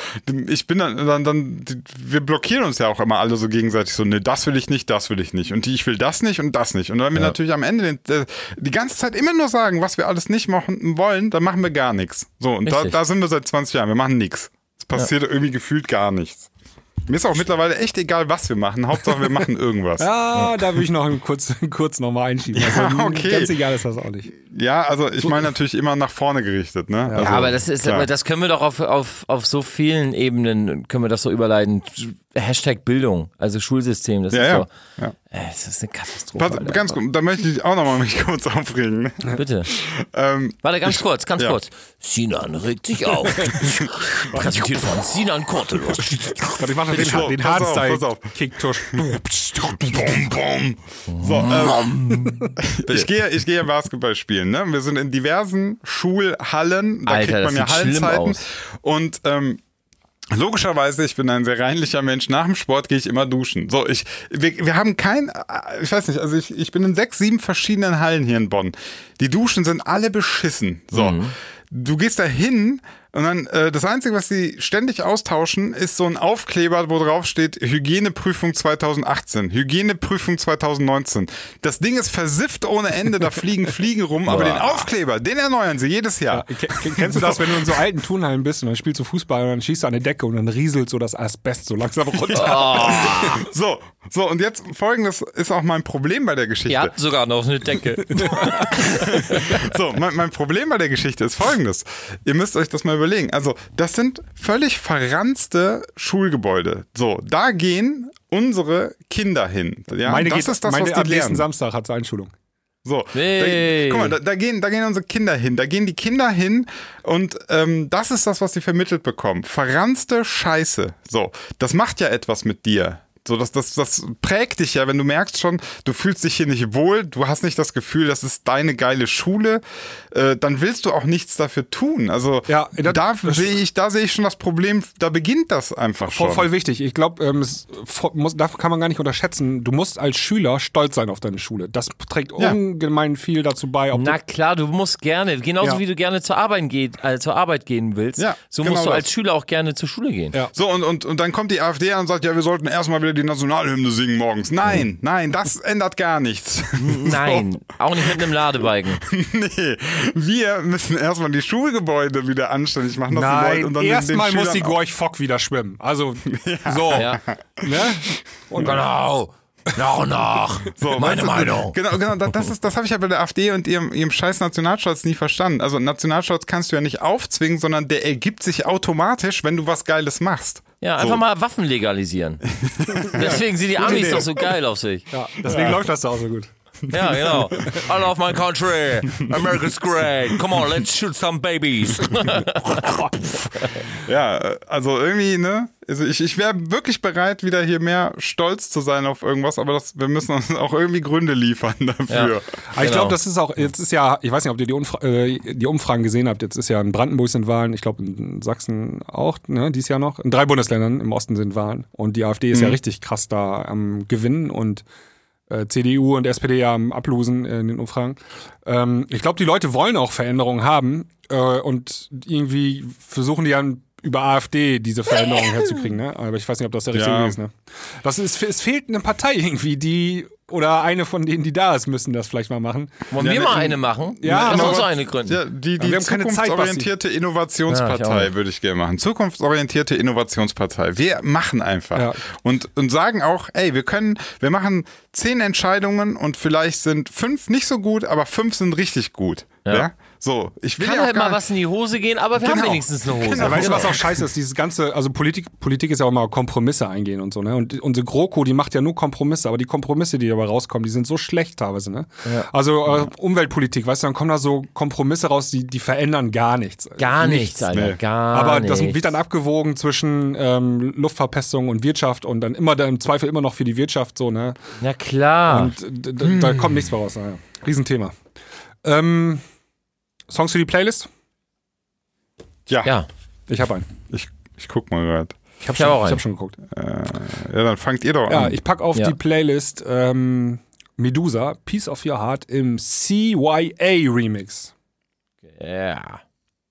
[SPEAKER 3] ich bin dann, dann, dann, wir blockieren uns ja auch immer alle so gegenseitig so, ne, das will ich nicht, das will ich nicht. Und die, ich will das nicht und das nicht. Und wenn wir natürlich am Ende den, die ganze Zeit immer nur sagen, was wir alles nicht machen wollen, dann machen wir gar nichts. So, und da,
[SPEAKER 1] Richtig.
[SPEAKER 3] da sind wir seit 20 Jahren, wir machen nichts. Es passiert irgendwie gefühlt gar nichts. Mir ist auch mittlerweile echt egal, was wir machen. Hauptsache, wir machen irgendwas.
[SPEAKER 2] Ah, da will ich noch kurz, kurz nochmal einschieben.
[SPEAKER 3] Ja,
[SPEAKER 2] Also,
[SPEAKER 3] okay.
[SPEAKER 2] Ganz egal ist das auch nicht.
[SPEAKER 3] Ja, also ich meine natürlich immer nach vorne gerichtet, ne? also,
[SPEAKER 1] Ja, aber das ist,
[SPEAKER 3] klar.
[SPEAKER 1] aber das können wir doch auf, auf, auf so vielen Ebenen, können wir das so überleiten. Hashtag Bildung, also Schulsystem, das
[SPEAKER 3] Ja,
[SPEAKER 1] ist
[SPEAKER 3] ja.
[SPEAKER 1] so. Äh, Es ist eine Katastrophe.
[SPEAKER 3] Pass,
[SPEAKER 1] Alter.
[SPEAKER 3] ganz gut, da möchte ich auch nochmal mich kurz aufregen. ne?
[SPEAKER 1] Bitte.
[SPEAKER 3] Ähm,
[SPEAKER 1] Warte, ganz kurz, ganz
[SPEAKER 3] ja.
[SPEAKER 1] kurz. Sinan regt sich auf. Präsentiert von Sinan Kortelos.
[SPEAKER 2] Warte, ich mach noch den,
[SPEAKER 3] So,
[SPEAKER 2] den
[SPEAKER 3] pass auf,
[SPEAKER 2] Hardstyle.
[SPEAKER 3] pass auf.
[SPEAKER 2] Kicktusch.
[SPEAKER 3] Bom, bom. So, ähm, ich gehe, ich gehe Basketball spielen. Ne? Wir sind in diversen Schulhallen. Da
[SPEAKER 1] Alter,
[SPEAKER 3] kriegt man
[SPEAKER 1] das
[SPEAKER 3] ja
[SPEAKER 1] sieht schlimm
[SPEAKER 3] Hallenzeiten.
[SPEAKER 1] aus.
[SPEAKER 3] Und ähm, logischerweise, ich bin ein sehr reinlicher Mensch. Nach dem Sport gehe ich immer duschen. So, ich, wir, wir haben kein, äh, ich weiß nicht, also ich, ich bin in sechs, sieben verschiedenen Hallen hier in Bonn. Die Duschen sind alle beschissen. So,
[SPEAKER 2] Mhm.
[SPEAKER 3] du gehst da hin. Und dann, äh, das Einzige, was sie ständig austauschen, ist so ein Aufkleber, wo drauf steht Hygieneprüfung 2018, Hygieneprüfung 2019. Das Ding ist versifft ohne Ende, da fliegen Fliegen rum, aber den Aufkleber, den erneuern sie jedes Jahr.
[SPEAKER 2] Äh, Ke- ke- Kennst du das, wenn du in so alten Turnhallen bist und dann spielst du Fußball und dann schießt du an die Decke und dann rieselt so das Asbest so langsam runter?
[SPEAKER 3] So, so, und jetzt folgendes ist auch mein Problem bei der Geschichte.
[SPEAKER 1] Ihr habt sogar noch eine Decke.
[SPEAKER 3] So, mein, mein Problem bei der Geschichte ist folgendes. Ihr müsst euch das mal überlegen. Also, das sind völlig verranzte Schulgebäude. So, da gehen unsere Kinder hin. Ja,
[SPEAKER 2] meine
[SPEAKER 3] das
[SPEAKER 2] geht,
[SPEAKER 3] ist das,
[SPEAKER 2] meine
[SPEAKER 3] was
[SPEAKER 2] ab
[SPEAKER 3] die
[SPEAKER 2] nächsten
[SPEAKER 3] lernen.
[SPEAKER 2] Samstag hat sie Einschulung.
[SPEAKER 3] So, da,
[SPEAKER 1] Hey.
[SPEAKER 3] guck mal, da, da, gehen, da gehen unsere Kinder hin, da gehen die Kinder hin und ähm, das ist das, was sie vermittelt bekommen. Verranzte Scheiße. So, das macht ja etwas mit dir. So, das, das, das prägt dich ja, wenn du merkst schon, du fühlst dich hier nicht wohl, du hast nicht das Gefühl, das ist deine geile Schule, äh, dann willst du auch nichts dafür tun. Also
[SPEAKER 2] Ja, das-
[SPEAKER 3] da
[SPEAKER 2] das-
[SPEAKER 3] sehe ich, da sehe ich schon das Problem, da beginnt das einfach
[SPEAKER 2] Voll,
[SPEAKER 3] schon.
[SPEAKER 2] voll wichtig. Ich glaube, ähm, es vo- muss- darf- kann man gar nicht unterschätzen. Du musst als Schüler stolz sein auf deine Schule. Das trägt
[SPEAKER 3] Ja.
[SPEAKER 2] ungemein viel dazu bei, ob
[SPEAKER 1] Na klar, du musst gerne, genauso
[SPEAKER 2] Ja.
[SPEAKER 1] wie du gerne zur Arbeit, geht, äh, zur Arbeit gehen willst,
[SPEAKER 3] Ja,
[SPEAKER 1] so
[SPEAKER 3] genau
[SPEAKER 1] musst du
[SPEAKER 3] das.
[SPEAKER 1] als Schüler auch gerne zur Schule gehen.
[SPEAKER 2] Ja.
[SPEAKER 3] So, und, und, und dann kommt die AfD an und sagt, ja, wir sollten erstmal wieder die Nationalhymne singen morgens.
[SPEAKER 2] Mhm.
[SPEAKER 3] Nein, nein, das ändert gar nichts.
[SPEAKER 1] Nein, auch nicht mit einem Ladebalken.
[SPEAKER 3] nee, wir müssen erstmal die Schulgebäude wieder anständig machen, dass die Leute
[SPEAKER 2] Nein,
[SPEAKER 3] und dann
[SPEAKER 2] erstmal muss die
[SPEAKER 3] Schülern auch-
[SPEAKER 2] Gorch Fock wieder schwimmen. Also, so.
[SPEAKER 1] Ja.
[SPEAKER 2] Ne? Und dann
[SPEAKER 6] Genau. Nach, nach.
[SPEAKER 3] So, weißt
[SPEAKER 6] Meine
[SPEAKER 3] du,
[SPEAKER 6] Meinung.
[SPEAKER 3] Genau, genau, da- das, ist, das habe ich ja bei der AfD und ihrem, ihrem scheiß Nationalstolz nie verstanden. Also Nationalstolz kannst du ja nicht aufzwingen, sondern der ergibt sich automatisch, wenn du was Geiles machst.
[SPEAKER 1] Ja, einfach mal Waffen legalisieren. Deswegen sind die Amis doch so geil auf sich.
[SPEAKER 2] Ja, deswegen läuft das da auch so gut.
[SPEAKER 1] Ja, genau. I love my country. America's great. Come on, let's shoot some babies.
[SPEAKER 3] Ja, äh, also irgendwie, ne? Also ich, ich wäre wirklich bereit, wieder hier mehr stolz zu sein auf irgendwas, aber das, wir müssen uns auch irgendwie Gründe liefern dafür.
[SPEAKER 2] Aber Ah, ich
[SPEAKER 1] Genau.
[SPEAKER 2] glaube, das ist auch, jetzt ist ja, ich weiß nicht, ob ihr die, Umfra äh, die Umfragen gesehen habt, jetzt ist ja in Brandenburg sind Wahlen, ich glaube in Sachsen auch, ne, dies Jahr noch. In drei Bundesländern im Osten sind Wahlen. Und die AfD ist ja richtig krass da am Gewinnen und äh, CDU und SPD ja am Ablosen in den Umfragen. Ähm, ich glaube, die Leute wollen auch Veränderungen haben, Äh, und irgendwie versuchen die dann über AfD diese Veränderung herzukriegen, ne? Aber ich weiß nicht, ob das der richtige
[SPEAKER 3] Ja.
[SPEAKER 2] Weg ist, ne? Das ist, es fehlt eine Partei irgendwie, die oder eine von denen, die da ist, müssen das vielleicht mal machen.
[SPEAKER 1] Wollen wir mal eine machen?
[SPEAKER 2] Ja,
[SPEAKER 1] Lass
[SPEAKER 2] aber-
[SPEAKER 1] uns auch eine gründen.
[SPEAKER 3] Ja, die
[SPEAKER 2] Aber
[SPEAKER 3] die
[SPEAKER 2] wir haben keine Zeit, Basti.
[SPEAKER 3] zukunftsorientierte
[SPEAKER 1] Ja, ich
[SPEAKER 3] Innovationspartei
[SPEAKER 1] auch.
[SPEAKER 3] würde ich gerne machen. Zukunftsorientierte Innovationspartei. Wir machen einfach.
[SPEAKER 2] Ja.
[SPEAKER 3] Und, und sagen auch, ey, wir können, wir machen zehn Entscheidungen und vielleicht sind fünf nicht so gut, aber fünf sind richtig gut. Ja. So, ich will
[SPEAKER 1] Kann
[SPEAKER 3] ja auch
[SPEAKER 1] halt
[SPEAKER 3] gar
[SPEAKER 1] mal was in die Hose gehen, aber wir haben
[SPEAKER 3] Genau.
[SPEAKER 1] wenigstens eine Hose.
[SPEAKER 3] Genau.
[SPEAKER 2] Ja, weißt du, was
[SPEAKER 1] Genau.
[SPEAKER 2] auch scheiße ist? Dieses ganze, also Politik, Politik ist ja auch mal Kompromisse eingehen und so, ne? Und unsere GroKo, die macht ja nur Kompromisse, aber die Kompromisse, die dabei rauskommen, die sind so schlecht teilweise, ne? Also äh, Umweltpolitik, weißt du, dann kommen da so Kompromisse raus, die, die verändern gar nichts.
[SPEAKER 1] Gar nichts, Alter.
[SPEAKER 3] nee.
[SPEAKER 1] Gar
[SPEAKER 2] Aber
[SPEAKER 1] nichts.
[SPEAKER 2] das wird dann abgewogen zwischen ähm, Luftverpestung und Wirtschaft und dann immer dann im Zweifel immer noch für die Wirtschaft so, ne?
[SPEAKER 1] Na klar.
[SPEAKER 2] Und äh, d- d- da kommt nichts mehr raus. Naja. Riesenthema. Ähm, Songs für die Playlist?
[SPEAKER 3] Ja,
[SPEAKER 1] ja,
[SPEAKER 2] Ich habe einen.
[SPEAKER 3] Ich, ich guck mal grad.
[SPEAKER 1] ich habe hab auch
[SPEAKER 2] Ich
[SPEAKER 1] einen.
[SPEAKER 2] habe schon geguckt.
[SPEAKER 3] Ja, dann fangt ihr doch
[SPEAKER 2] Ja,
[SPEAKER 3] an.
[SPEAKER 2] ich pack auf
[SPEAKER 1] Ja.
[SPEAKER 2] die Playlist ähm, Medusa, Piece of Your Heart im CYA Remix.
[SPEAKER 1] Ja.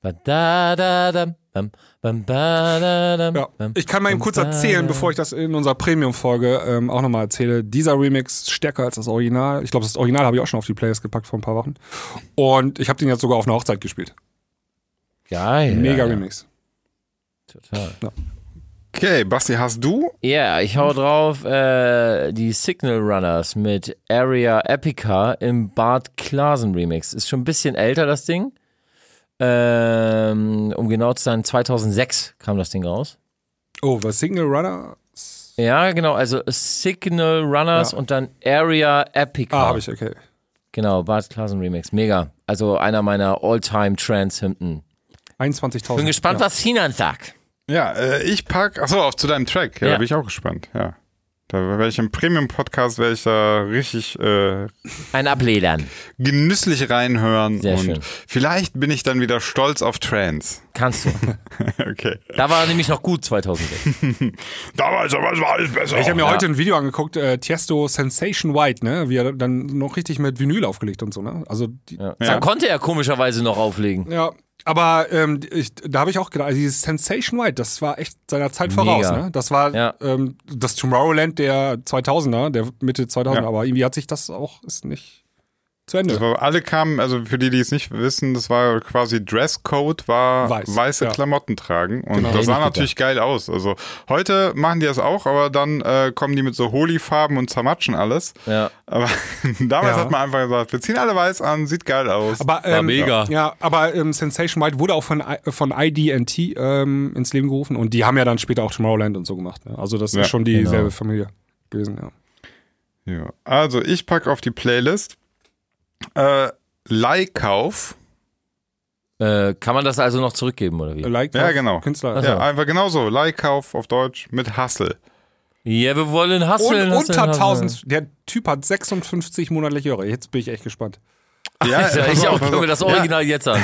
[SPEAKER 1] Badadadam, bam, bam, badadam,
[SPEAKER 2] Ja.
[SPEAKER 1] bam.
[SPEAKER 2] Ich kann mal eben kurz erzählen, bevor ich das in unserer Premium-Folge ähm, auch nochmal erzähle. Dieser Remix stärker als das Original. Ich glaube, das Original habe ich auch schon auf die Playlist gepackt vor ein paar Wochen. Und ich habe den jetzt sogar auf einer Hochzeit gespielt.
[SPEAKER 1] Geil.
[SPEAKER 2] Mega
[SPEAKER 1] Alter.
[SPEAKER 2] Remix.
[SPEAKER 1] Total.
[SPEAKER 3] Okay, Basti, hast du?
[SPEAKER 1] Ja, ich hau drauf äh, die Signal Runners mit Area Epica im Bart Klaasen Remix. Ist schon ein bisschen älter, das Ding. Ähm, um genau zu sein, 2006 kam das Ding raus.
[SPEAKER 2] Oh, was Single Runner?
[SPEAKER 1] Ja, genau, also Signal Runners
[SPEAKER 2] Ja.
[SPEAKER 1] und dann Area Epica.
[SPEAKER 2] Ah, habe ich, okay.
[SPEAKER 1] Genau, Bart Klaasen Remix. Mega. Also einer meiner All-Time Trans-Hymnen.
[SPEAKER 2] 21.000.
[SPEAKER 1] Bin gespannt,
[SPEAKER 2] ja.
[SPEAKER 1] was Sinan sagt.
[SPEAKER 3] Ja, äh, ich pack. Achso, auf zu deinem Track. Ja,
[SPEAKER 1] Ja.
[SPEAKER 3] da bin ich auch gespannt. Ja. Da werde ich im Premium-Podcast, werde ich da richtig äh,
[SPEAKER 1] Ein Abledern.
[SPEAKER 3] genüsslich reinhören.
[SPEAKER 1] Sehr
[SPEAKER 3] und
[SPEAKER 1] schön.
[SPEAKER 3] vielleicht bin ich dann wieder stolz auf Trans.
[SPEAKER 1] Kannst du.
[SPEAKER 3] Okay.
[SPEAKER 1] Da war er nämlich noch gut 2006.
[SPEAKER 3] Damals, aber es war alles besser.
[SPEAKER 2] Ich habe mir heute ein Video angeguckt, äh, Tiesto Sensation White, ne? Wie er dann noch richtig mit Vinyl aufgelegt und so, ne? Also die,
[SPEAKER 1] Ja. Da konnte er komischerweise noch auflegen.
[SPEAKER 2] Ja, aber ähm, ich, da habe ich auch gedacht, also dieses Sensation White, das war echt seiner Zeit voraus.
[SPEAKER 1] Mega.
[SPEAKER 2] Ne? Das war
[SPEAKER 1] Ja.
[SPEAKER 2] ähm, das Tomorrowland der 2000er, der Mitte 2000er,
[SPEAKER 3] Ja.
[SPEAKER 2] aber irgendwie hat sich das auch ist nicht zu Ende.
[SPEAKER 3] Das war- alle kamen, also für die, die es nicht wissen, das war quasi Dresscode, war
[SPEAKER 2] Weiß,
[SPEAKER 3] weiße
[SPEAKER 2] ja. Genau.
[SPEAKER 3] Klamotten tragen. Und
[SPEAKER 1] Hätte
[SPEAKER 3] das
[SPEAKER 1] ich
[SPEAKER 3] sah
[SPEAKER 1] gedacht.
[SPEAKER 3] natürlich geil aus. Also heute machen die das auch, aber dann äh, kommen die mit so Holi-Farben und zermatschen alles.
[SPEAKER 1] Ja.
[SPEAKER 3] Aber damals
[SPEAKER 2] Ja.
[SPEAKER 3] hat man einfach gesagt, wir ziehen alle weiß an, sieht geil aus.
[SPEAKER 2] aber, ähm,
[SPEAKER 1] mega.
[SPEAKER 2] Ja, aber ähm, Sensation White wurde auch von, I- von IDT ähm, ins Leben gerufen und die haben ja dann später auch Tomorrowland und so gemacht. Ne? Also das
[SPEAKER 3] Ja, genau.
[SPEAKER 2] ist schon dieselbe Familie gewesen. Ja.
[SPEAKER 3] ja. Also ich packe auf die Playlist äh, Leihkauf.
[SPEAKER 1] Äh, kann man das also noch zurückgeben, oder wie?
[SPEAKER 2] Like
[SPEAKER 3] Ja,
[SPEAKER 2] auf
[SPEAKER 3] genau.
[SPEAKER 2] Künstler.
[SPEAKER 1] Also
[SPEAKER 3] Ja, einfach genauso. Leihkauf auf Deutsch mit Hassel.
[SPEAKER 1] Ja, wir wollen hasseln.
[SPEAKER 2] Und
[SPEAKER 1] hasseln,
[SPEAKER 2] unter
[SPEAKER 1] hasseln.
[SPEAKER 2] 1000, der Typ hat 56 monatliche Hörer. Jetzt bin ich echt gespannt.
[SPEAKER 3] Ja,
[SPEAKER 1] Alter,
[SPEAKER 3] pass
[SPEAKER 1] ich
[SPEAKER 3] auf, pass
[SPEAKER 1] auch gucke
[SPEAKER 3] auf.
[SPEAKER 1] mir das Original jetzt an.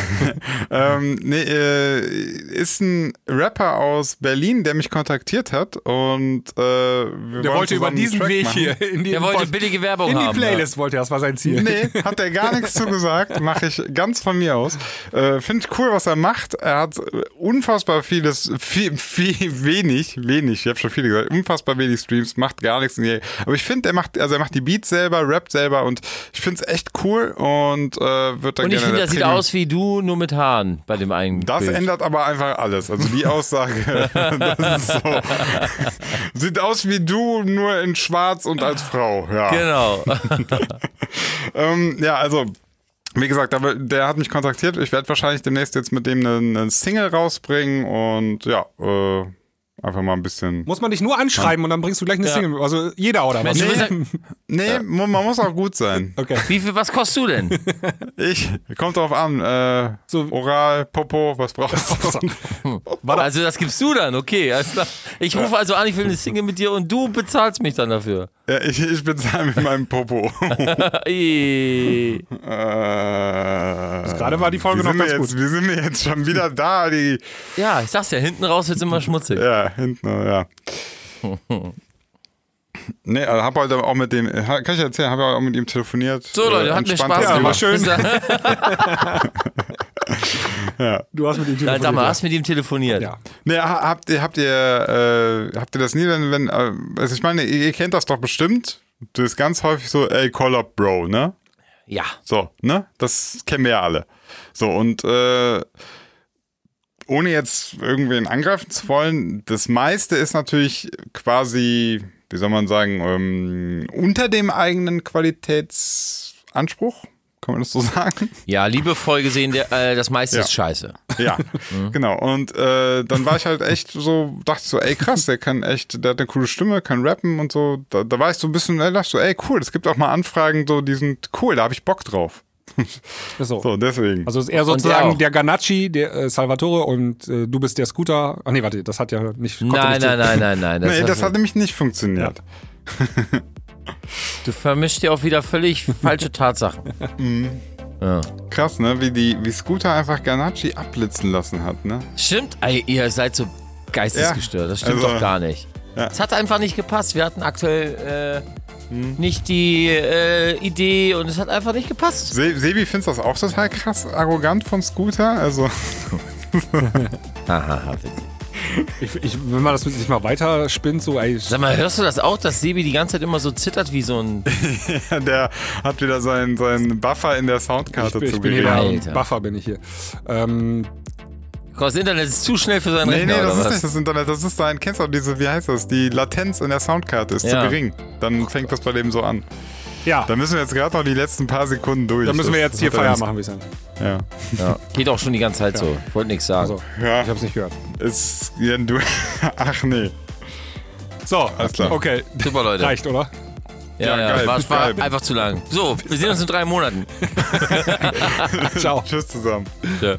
[SPEAKER 3] Ähm, nee, äh, ist ein Rapper aus Berlin, der mich kontaktiert hat und äh, wir
[SPEAKER 2] Der
[SPEAKER 3] wollen
[SPEAKER 2] wollte
[SPEAKER 3] zusammen
[SPEAKER 2] über
[SPEAKER 3] einen
[SPEAKER 2] diesen
[SPEAKER 3] Track
[SPEAKER 2] Weg
[SPEAKER 3] machen.
[SPEAKER 2] hier in die,
[SPEAKER 1] Der wollte billige Werbung
[SPEAKER 2] in die
[SPEAKER 1] haben.
[SPEAKER 2] Playlist, wollte er, das war sein Ziel.
[SPEAKER 3] Nee, hat er gar nichts zugesagt, mache ich ganz von mir aus. Äh, Finde ich cool, was er macht. Er hat äh, unfassbar vieles, viel, viel, wenig, wenig, ich habe schon viele gesagt, unfassbar wenig Streams, macht gar nichts. Nee. Aber ich finde, er macht, also er macht die Beats selber, rappt selber und ich finde es echt cool und äh, wird dann
[SPEAKER 1] Und
[SPEAKER 3] gerne
[SPEAKER 1] ich finde,
[SPEAKER 3] der
[SPEAKER 1] das sieht
[SPEAKER 3] Premium-
[SPEAKER 1] aus wie du, nur mit Haaren bei dem einen.
[SPEAKER 3] Das
[SPEAKER 1] Bild.
[SPEAKER 3] ändert aber einfach alles. Also die Aussage, das ist so. Sieht aus wie du, nur in schwarz und als Frau. Ja,
[SPEAKER 1] Genau.
[SPEAKER 3] ähm, ja also, wie gesagt, aber der hat mich kontaktiert. Ich werde wahrscheinlich demnächst jetzt mit dem eine, eine Single rausbringen und ja, äh, einfach mal ein bisschen.
[SPEAKER 2] Muss man dich nur anschreiben und dann bringst du gleich eine Single. Also jeder oder was?
[SPEAKER 1] Mensch, du bist ja-
[SPEAKER 3] Nee, mu- man muss auch gut sein.
[SPEAKER 2] Okay.
[SPEAKER 1] wie viel, was kostest du denn?
[SPEAKER 3] Ich, kommt drauf an. Äh,
[SPEAKER 2] So-
[SPEAKER 3] Oral, Popo, was brauchst du?
[SPEAKER 1] Also, das gibst du dann, okay. alles klar. ich rufe also an, ich will eine Single mit dir und du bezahlst mich dann dafür.
[SPEAKER 3] ja, ich, ich bezahle mit meinem Popo. Äh,
[SPEAKER 1] Ih.
[SPEAKER 2] gerade
[SPEAKER 3] Gerade
[SPEAKER 2] war die Folge noch
[SPEAKER 3] sind wir
[SPEAKER 2] ganz
[SPEAKER 3] jetzt,
[SPEAKER 2] gut.
[SPEAKER 3] Wir sind wir jetzt schon wieder da, die.
[SPEAKER 1] Ja, ich sag's ja, hinten raus wird's immer schmutzig.
[SPEAKER 3] Ja, hinten, ja. Nee, also hab heute auch mit dem, kann ich erzählen, hab auch mit ihm telefoniert. Äh,
[SPEAKER 1] So, Leute, hat mir
[SPEAKER 3] entspanntes
[SPEAKER 1] Spaß
[SPEAKER 2] Ja, war
[SPEAKER 1] gemacht.
[SPEAKER 2] schön.
[SPEAKER 1] Bis dann.
[SPEAKER 2] Du hast mit ihm
[SPEAKER 1] Dann sag mal,
[SPEAKER 2] telefoniert,
[SPEAKER 1] hast du mit ihm telefoniert?
[SPEAKER 2] Ja.
[SPEAKER 3] Ne, ha- habt ihr, habt ihr, äh, habt ihr das nie, wenn, wenn, äh, also ich meine, ihr, ihr kennt das doch bestimmt. Das ist ganz häufig so, ey, call up, Bro, ne?
[SPEAKER 1] Ja.
[SPEAKER 3] So, ne? Das kennen wir ja alle. So, und äh, ohne jetzt irgendwen angreifen zu wollen, das meiste ist natürlich quasi, wie soll man sagen, ähm, unter dem eigenen Qualitätsanspruch. Kann man das so sagen?
[SPEAKER 1] Ja, liebevoll gesehen, der, äh, das meiste
[SPEAKER 3] Ja.
[SPEAKER 1] ist scheiße.
[SPEAKER 3] Ja, genau. Und äh, dann war ich halt echt so, dachte so, ey krass, der kann echt, der hat eine coole Stimme, kann rappen und so. Da, da war ich so ein bisschen, äh, dachte so, ey cool, es gibt auch mal Anfragen, so, die sind cool, da habe ich Bock drauf.
[SPEAKER 2] ja. So.
[SPEAKER 3] So, deswegen.
[SPEAKER 2] Also ist er
[SPEAKER 1] der
[SPEAKER 2] sozusagen
[SPEAKER 1] auch.
[SPEAKER 2] der Ganacci, der äh, Salvatore und äh, du bist der Scooter. Ach nee, warte, das hat ja nicht. konnte
[SPEAKER 1] Nein,
[SPEAKER 2] nicht zu-
[SPEAKER 1] nein, nein, nein, nein.
[SPEAKER 3] nee, das
[SPEAKER 1] hast du-
[SPEAKER 3] hat nämlich nicht funktioniert.
[SPEAKER 1] du vermischst dir auch wieder völlig falsche Tatsachen.
[SPEAKER 3] Krass, ne? Wie die, wie Scooter einfach Ganachi abblitzen lassen hat, ne?
[SPEAKER 1] Stimmt, ey, ihr seid so geistesgestört.
[SPEAKER 3] Ja,
[SPEAKER 1] Das stimmt
[SPEAKER 3] also-
[SPEAKER 1] doch gar nicht. Es hat einfach nicht gepasst. Wir hatten aktuell äh,
[SPEAKER 3] Hm.
[SPEAKER 1] nicht die äh, Idee und es hat einfach nicht gepasst.
[SPEAKER 3] Se Sebi, findest du das auch total krass arrogant von Scooter? Also,
[SPEAKER 1] Hahaha, witzig.
[SPEAKER 2] Ich, ich, wenn man das mit sich mal weiter spinnt, so ey,
[SPEAKER 1] Sag mal, hörst du das auch, dass Sebi die ganze Zeit immer so zittert wie so ein.
[SPEAKER 3] der hat wieder seinen, seinen Buffer in der
[SPEAKER 2] ich,
[SPEAKER 3] Soundkarte
[SPEAKER 2] bin- ich bin hier
[SPEAKER 3] zugegeben.
[SPEAKER 2] der
[SPEAKER 1] Alter.
[SPEAKER 2] Buffer, bin ich hier. Ähm,
[SPEAKER 1] Das Internet ist zu schnell für seinen
[SPEAKER 3] Nee, nee,
[SPEAKER 1] Rechner.
[SPEAKER 3] das
[SPEAKER 1] oder
[SPEAKER 3] ist
[SPEAKER 1] was?
[SPEAKER 3] nicht das Internet, das ist dein, kennst du auch diese, wie heißt das? Die Latenz in der Soundkarte ist
[SPEAKER 1] Ja.
[SPEAKER 3] zu gering.
[SPEAKER 2] Oh
[SPEAKER 3] Dann fängt das bei dem so an.
[SPEAKER 2] ja,
[SPEAKER 3] Da müssen wir jetzt gerade noch die letzten paar Sekunden durch.
[SPEAKER 2] da müssen wir
[SPEAKER 3] Das
[SPEAKER 2] jetzt hier
[SPEAKER 3] hat er
[SPEAKER 2] Feier
[SPEAKER 3] uns-
[SPEAKER 2] machen, wie sagen.
[SPEAKER 3] Ja.
[SPEAKER 1] Ja. Geht auch schon die ganze Zeit so. Wollte nichts sagen.
[SPEAKER 2] Also,
[SPEAKER 3] Ja.
[SPEAKER 2] ich hab's nicht gehört.
[SPEAKER 3] Ist, ja, du, ach nee.
[SPEAKER 2] So,
[SPEAKER 3] klar.
[SPEAKER 2] okay.
[SPEAKER 1] Super, Leute.
[SPEAKER 2] Reicht, oder?
[SPEAKER 1] Ja, ja,
[SPEAKER 3] Ja, geil,
[SPEAKER 1] war, war
[SPEAKER 3] geil.
[SPEAKER 1] einfach zu lang. So, wir sehen uns in drei Monaten.
[SPEAKER 2] Ciao.
[SPEAKER 3] Tschüss zusammen.
[SPEAKER 1] Ja.